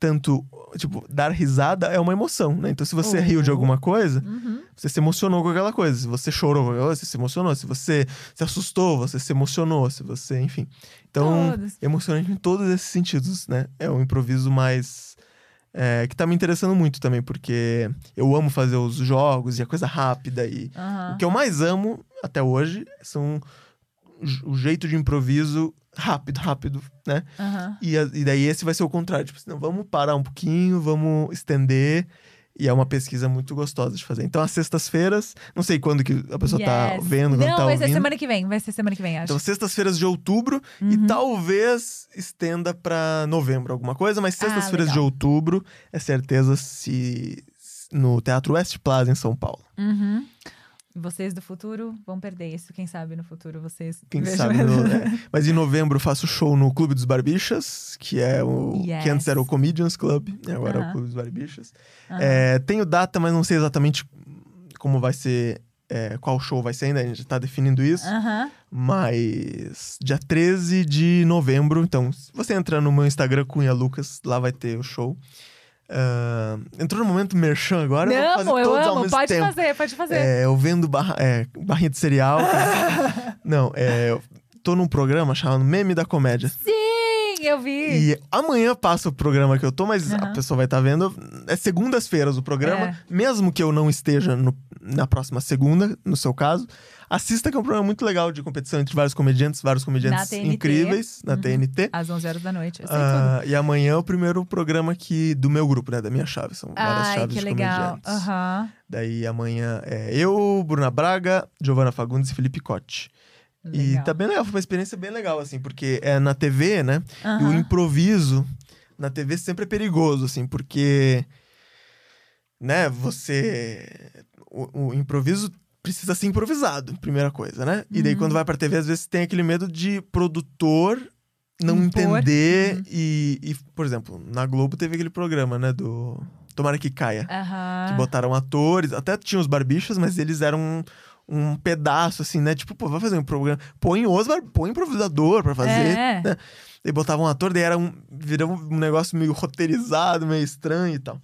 tanto, tipo, dar risada é uma emoção, né? Então se você riu de alguma coisa,
Uhum.
você se emocionou com aquela coisa. Se você chorou, com aquela coisa, você se emocionou. Se você se assustou, você se emocionou. Se você, enfim. Então,
Todos.
emocionante em todos esses sentidos, né? É um improviso mais. é, que tá me interessando muito também, porque eu amo fazer os jogos e a coisa rápida. E
Aham.
o que eu mais amo até hoje são j- o jeito de improviso rápido, rápido, né?
Aham.
E, a- e daí esse vai ser o contrário. Tipo, assim, não, vamos parar um pouquinho, vamos estender. E é uma pesquisa muito gostosa de fazer. Então, às sextas-feiras, não sei quando que a pessoa tá
Yes.
vendo, quando
Não,
tá
vai
ouvindo.
ser semana Uhum. que vem. Vai ser semana que vem, acho.
Então, sextas-feiras de outubro e talvez estenda pra novembro alguma coisa, mas sextas-feiras de
Ah, legal.
outubro é certeza se se- no Teatro West Plaza em São Paulo.
Uhum. Vocês do futuro vão perder isso, quem sabe no futuro vocês.
Quem
vejam
sabe.
essa-
no- é. Mas em novembro eu faço show no Clube dos Barbichas, que é o que
Yes.
antes era o Comedians Club, e agora é o
Aham.
Clube dos Barbichas.
Aham.
É, tenho data, mas não sei exatamente como vai ser, é, qual show vai ser ainda, a gente tá definindo
[LAUGHS]
isso.
Aham.
Mas dia 13 de novembro, então, se você entrar no meu Instagram, Cunha Lucas, lá vai ter o show. Ah, entrou no momento merchan agora, eu vou
Não,
fazer
eu
todos ao
amo.
mesmo
Pode
tempo.
fazer, pode fazer.
É, eu vendo barra- é, barrinha
[LAUGHS]
de cereal. não, é, eu tô num programa chamado Meme da Comédia.
Sim, eu vi.
E amanhã passa o programa que eu tô, mas a
Aham.
pessoa vai estar vendo. É segundas-feiras o programa.
É.
Mesmo que eu não esteja no- na próxima segunda, no seu caso, assista que é um programa muito legal de competição entre vários comediantes,
Na
vários comediantes
TNT.
incríveis na TNT.
Às 11 horas da noite. Uhum. Ah, Eu sei tudo.
Ah, e amanhã é o primeiro programa que do meu grupo, né? Da minha chave. São várias
Ai,
chaves
que
de
legal.
comediantes.
Aham.
Daí amanhã é eu, Bruna Braga, Giovana Fagundes e Felipe Cotti. E
Legal.
tá bem legal, foi uma experiência bem legal, assim, porque é na TV, né? E o
Aham.
improviso na TV sempre é perigoso, assim, porque. Né, você. O, o improviso precisa ser improvisado, primeira coisa, né? E daí,
Uhum.
quando vai pra TV, às vezes tem aquele medo de produtor não
Impor.
entender.
Uhum.
E, e, por exemplo, na Globo teve aquele programa, né, do Tomara que caia. Que
Aham.
botaram atores, até tinha os barbichos, mas eles eram um, um pedaço, assim, né? Tipo, pô, vai fazer um programa. Põe os bar... põe improvisador pra fazer.
É.
né? E botavam um ator, daí era um. Virou um negócio meio roteirizado, meio estranho e tal.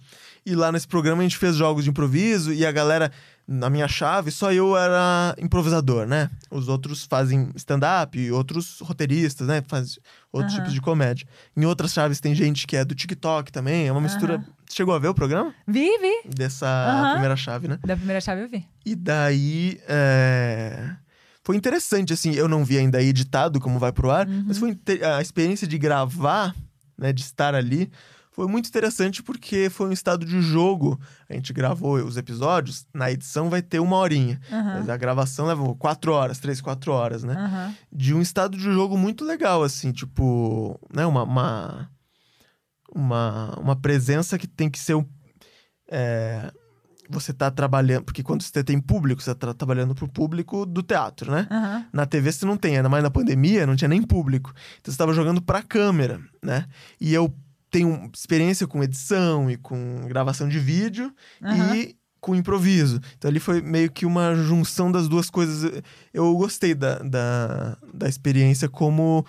E lá nesse programa a gente fez jogos de improviso e a galera, na minha chave, só eu era improvisador, né? Os outros fazem stand-up e outros roteiristas, né? Faz outros
Aham.
tipos de comédia. Em outras chaves tem gente que é do TikTok também, é uma mistura.
Aham.
Chegou a ver o programa?
Vi, vi.
Dessa
Aham.
primeira chave, né?
Da primeira chave eu vi.
E daí. é, Foi interessante, assim. Eu não vi ainda editado como vai pro ar, mas
Uhum.
foi inte- a experiência de gravar, né? De estar ali. Foi muito interessante porque foi um estado de jogo. A gente gravou os episódios, na edição vai ter uma horinha.
Aham.
Mas a gravação leva quatro horas, três, quatro horas, né?
Aham.
de um estado de jogo muito legal, assim, tipo, né, uma uma, uma, uma presença que tem que ser um, é, você tá trabalhando, porque quando você tem público, você tá trabalhando pro público do teatro, né?
Aham.
Na TV você não tem, ainda mais na pandemia, não tinha nem público. Então você tava jogando pra câmera, né? E eu tenho experiência com edição e com gravação de vídeo,
Aham.
e com improviso. Então ali foi meio que uma junção das duas coisas. Eu gostei da, da, da experiência como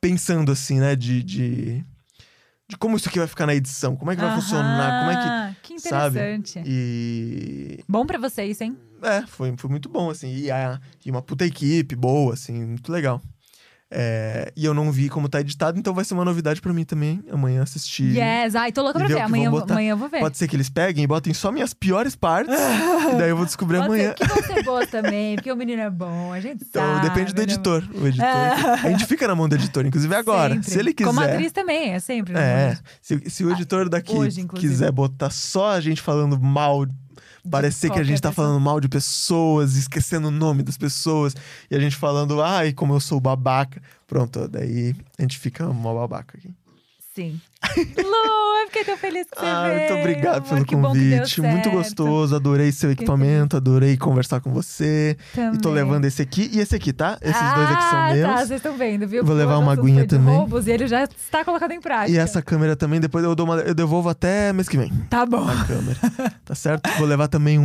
pensando assim, né? De, de, de como isso aqui vai ficar na edição, como é que vai
Aham.
funcionar, como é que.
Que
sabe?
interessante.
E.
Bom pra vocês, hein?
É, foi, foi muito bom, assim. E, a, e uma puta equipe boa, assim, muito legal. É, e eu não vi como tá editado, então vai ser uma novidade pra mim também. Amanhã assistir.
Yes. Ai, tô louca
e
pra
ver
ver.
o que
Amanhã,
vão
eu-
botar.
amanhã eu vou ver.
Pode ser que eles peguem e botem só minhas piores partes. e daí eu vou descobrir
Pode
amanhã.
ser que vão ser boas também, porque o menino é bom, a gente
[LAUGHS] Então,
sabe.
depende do
né?
editor. O editor.
É.
A gente fica na mão do editor, inclusive agora.
Sempre.
Se ele quiser.
Como atriz também, é sempre. né?
É. Se, se o editor daqui
hoje, inclusive.
quiser botar só a gente falando mal, parecer que a gente
qualquer
tá
pessoa.
falando mal de pessoas, esquecendo o nome das pessoas, e a gente falando, ai, como eu sou babaca. Pronto, daí a gente fica uma babaca aqui.
Sim. Lu, eu fiquei tão feliz que você
Ah,
veio.
muito obrigado
amor,
pelo
que bom que deu
convite. Muito
certo.
gostoso, adorei seu
feliz.
equipamento, adorei conversar com você.
Também.
E tô levando esse aqui e esse aqui, tá? Esses dois aqui são
ah,
meus.
Tá, vocês estão vendo, viu?
Vou
Porque
levar
o
uma
assunto
aguinha
foi de
também.
Roubos, e ele já está colocado em prática.
E essa câmera também, depois eu, dou uma- eu devolvo até mês que vem.
Tá bom. [LAUGHS]
A câmera. tá certo? Vou levar também um,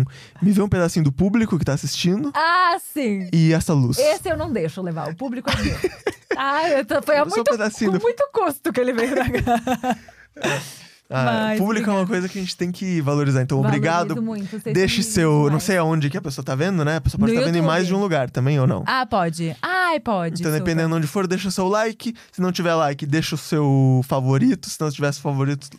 um- Me vê um pedacinho do público que tá assistindo.
Ah, sim.
E essa luz.
Esse eu não deixo levar, o público é
[LAUGHS]
meu. Ah, eu tô, foi
Só
a
um
muito,
pedacinho
com
do-
muito custo que ele veio pra
[LAUGHS]
cá.
Ah,
Mas,
público é uma coisa que a gente tem que valorizar. Então,
Valorizo
obrigado.
Muito, vocês
Deixe
são
seu.
demais.
Não sei aonde que a pessoa tá vendo, né? A pessoa pode
No
estar vendo em
YouTube.
mais de um lugar também ou não.
Ah, pode. Ai, pode.
então,
super.
dependendo onde for, deixa o seu like. Se não tiver like, deixa o seu favorito. Se não tiver seu favorito,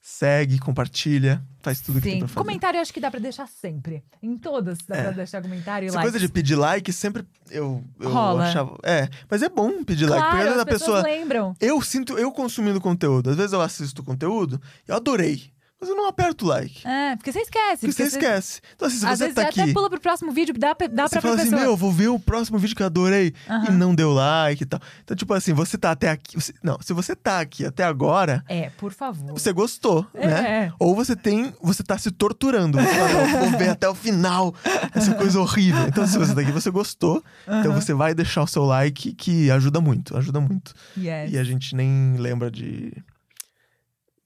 segue, compartilha. Faz tudo que tem
Sim.
pra fazer.
Comentário eu acho que dá pra deixar sempre. Em todas dá pra deixar comentário e
É. Essa
like.
coisa de pedir like sempre eu, eu
Rola.
achava. É, mas é bom pedir
claro,
like. Porque às
as
vezes a
pessoas
pessoa.
lembram.
Eu sinto, eu consumindo conteúdo. Às vezes eu assisto conteúdo, eu adorei. Mas eu não aperto like.
É, porque você esquece.
porque você esquece. Então, assim, se
Às
você
vezes é
tá
até
aqui.
pula pro próximo vídeo, dá, pra- dá
Você
pra
fala assim,
pessoa.
meu, eu vou ver o próximo vídeo que eu adorei. E
Aham.
não deu like e tal. Então, tipo assim, você tá até aqui. você- não, se você tá aqui até agora,
É, por favor.
você gostou, né?
É.
Ou você tem. Você tá se torturando. Você fala, "Não, vou ver até o final essa coisa horrível. Então, se você tá aqui, você gostou. Então você vai deixar o seu like, que ajuda muito, ajuda muito.
Yes.
E é a gente nem lembra de,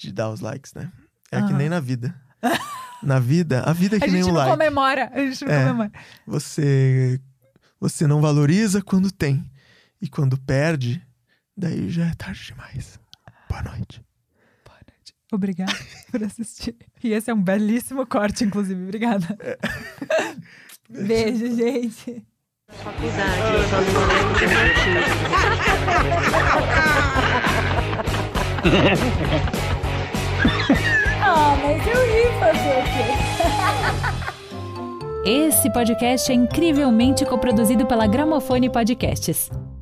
de dar os likes, né? É que
Aham.
nem na vida. na vida, a vida é que
A
nem
gente
um
não
like.
comemora. A gente não
É.
comemora.
Você você não valoriza quando tem. E quando perde, daí já é tarde demais. Boa noite.
Boa noite. Obrigada [LAUGHS] por assistir. E esse é um belíssimo corte, inclusive. Obrigada. Beijo, gente.
Faculdade, eu só não lembro como eu tive.
[LAUGHS] Ah, mas eu ri fazer o quê? Esse podcast é incrivelmente coproduzido pela Gramofone Podcasts.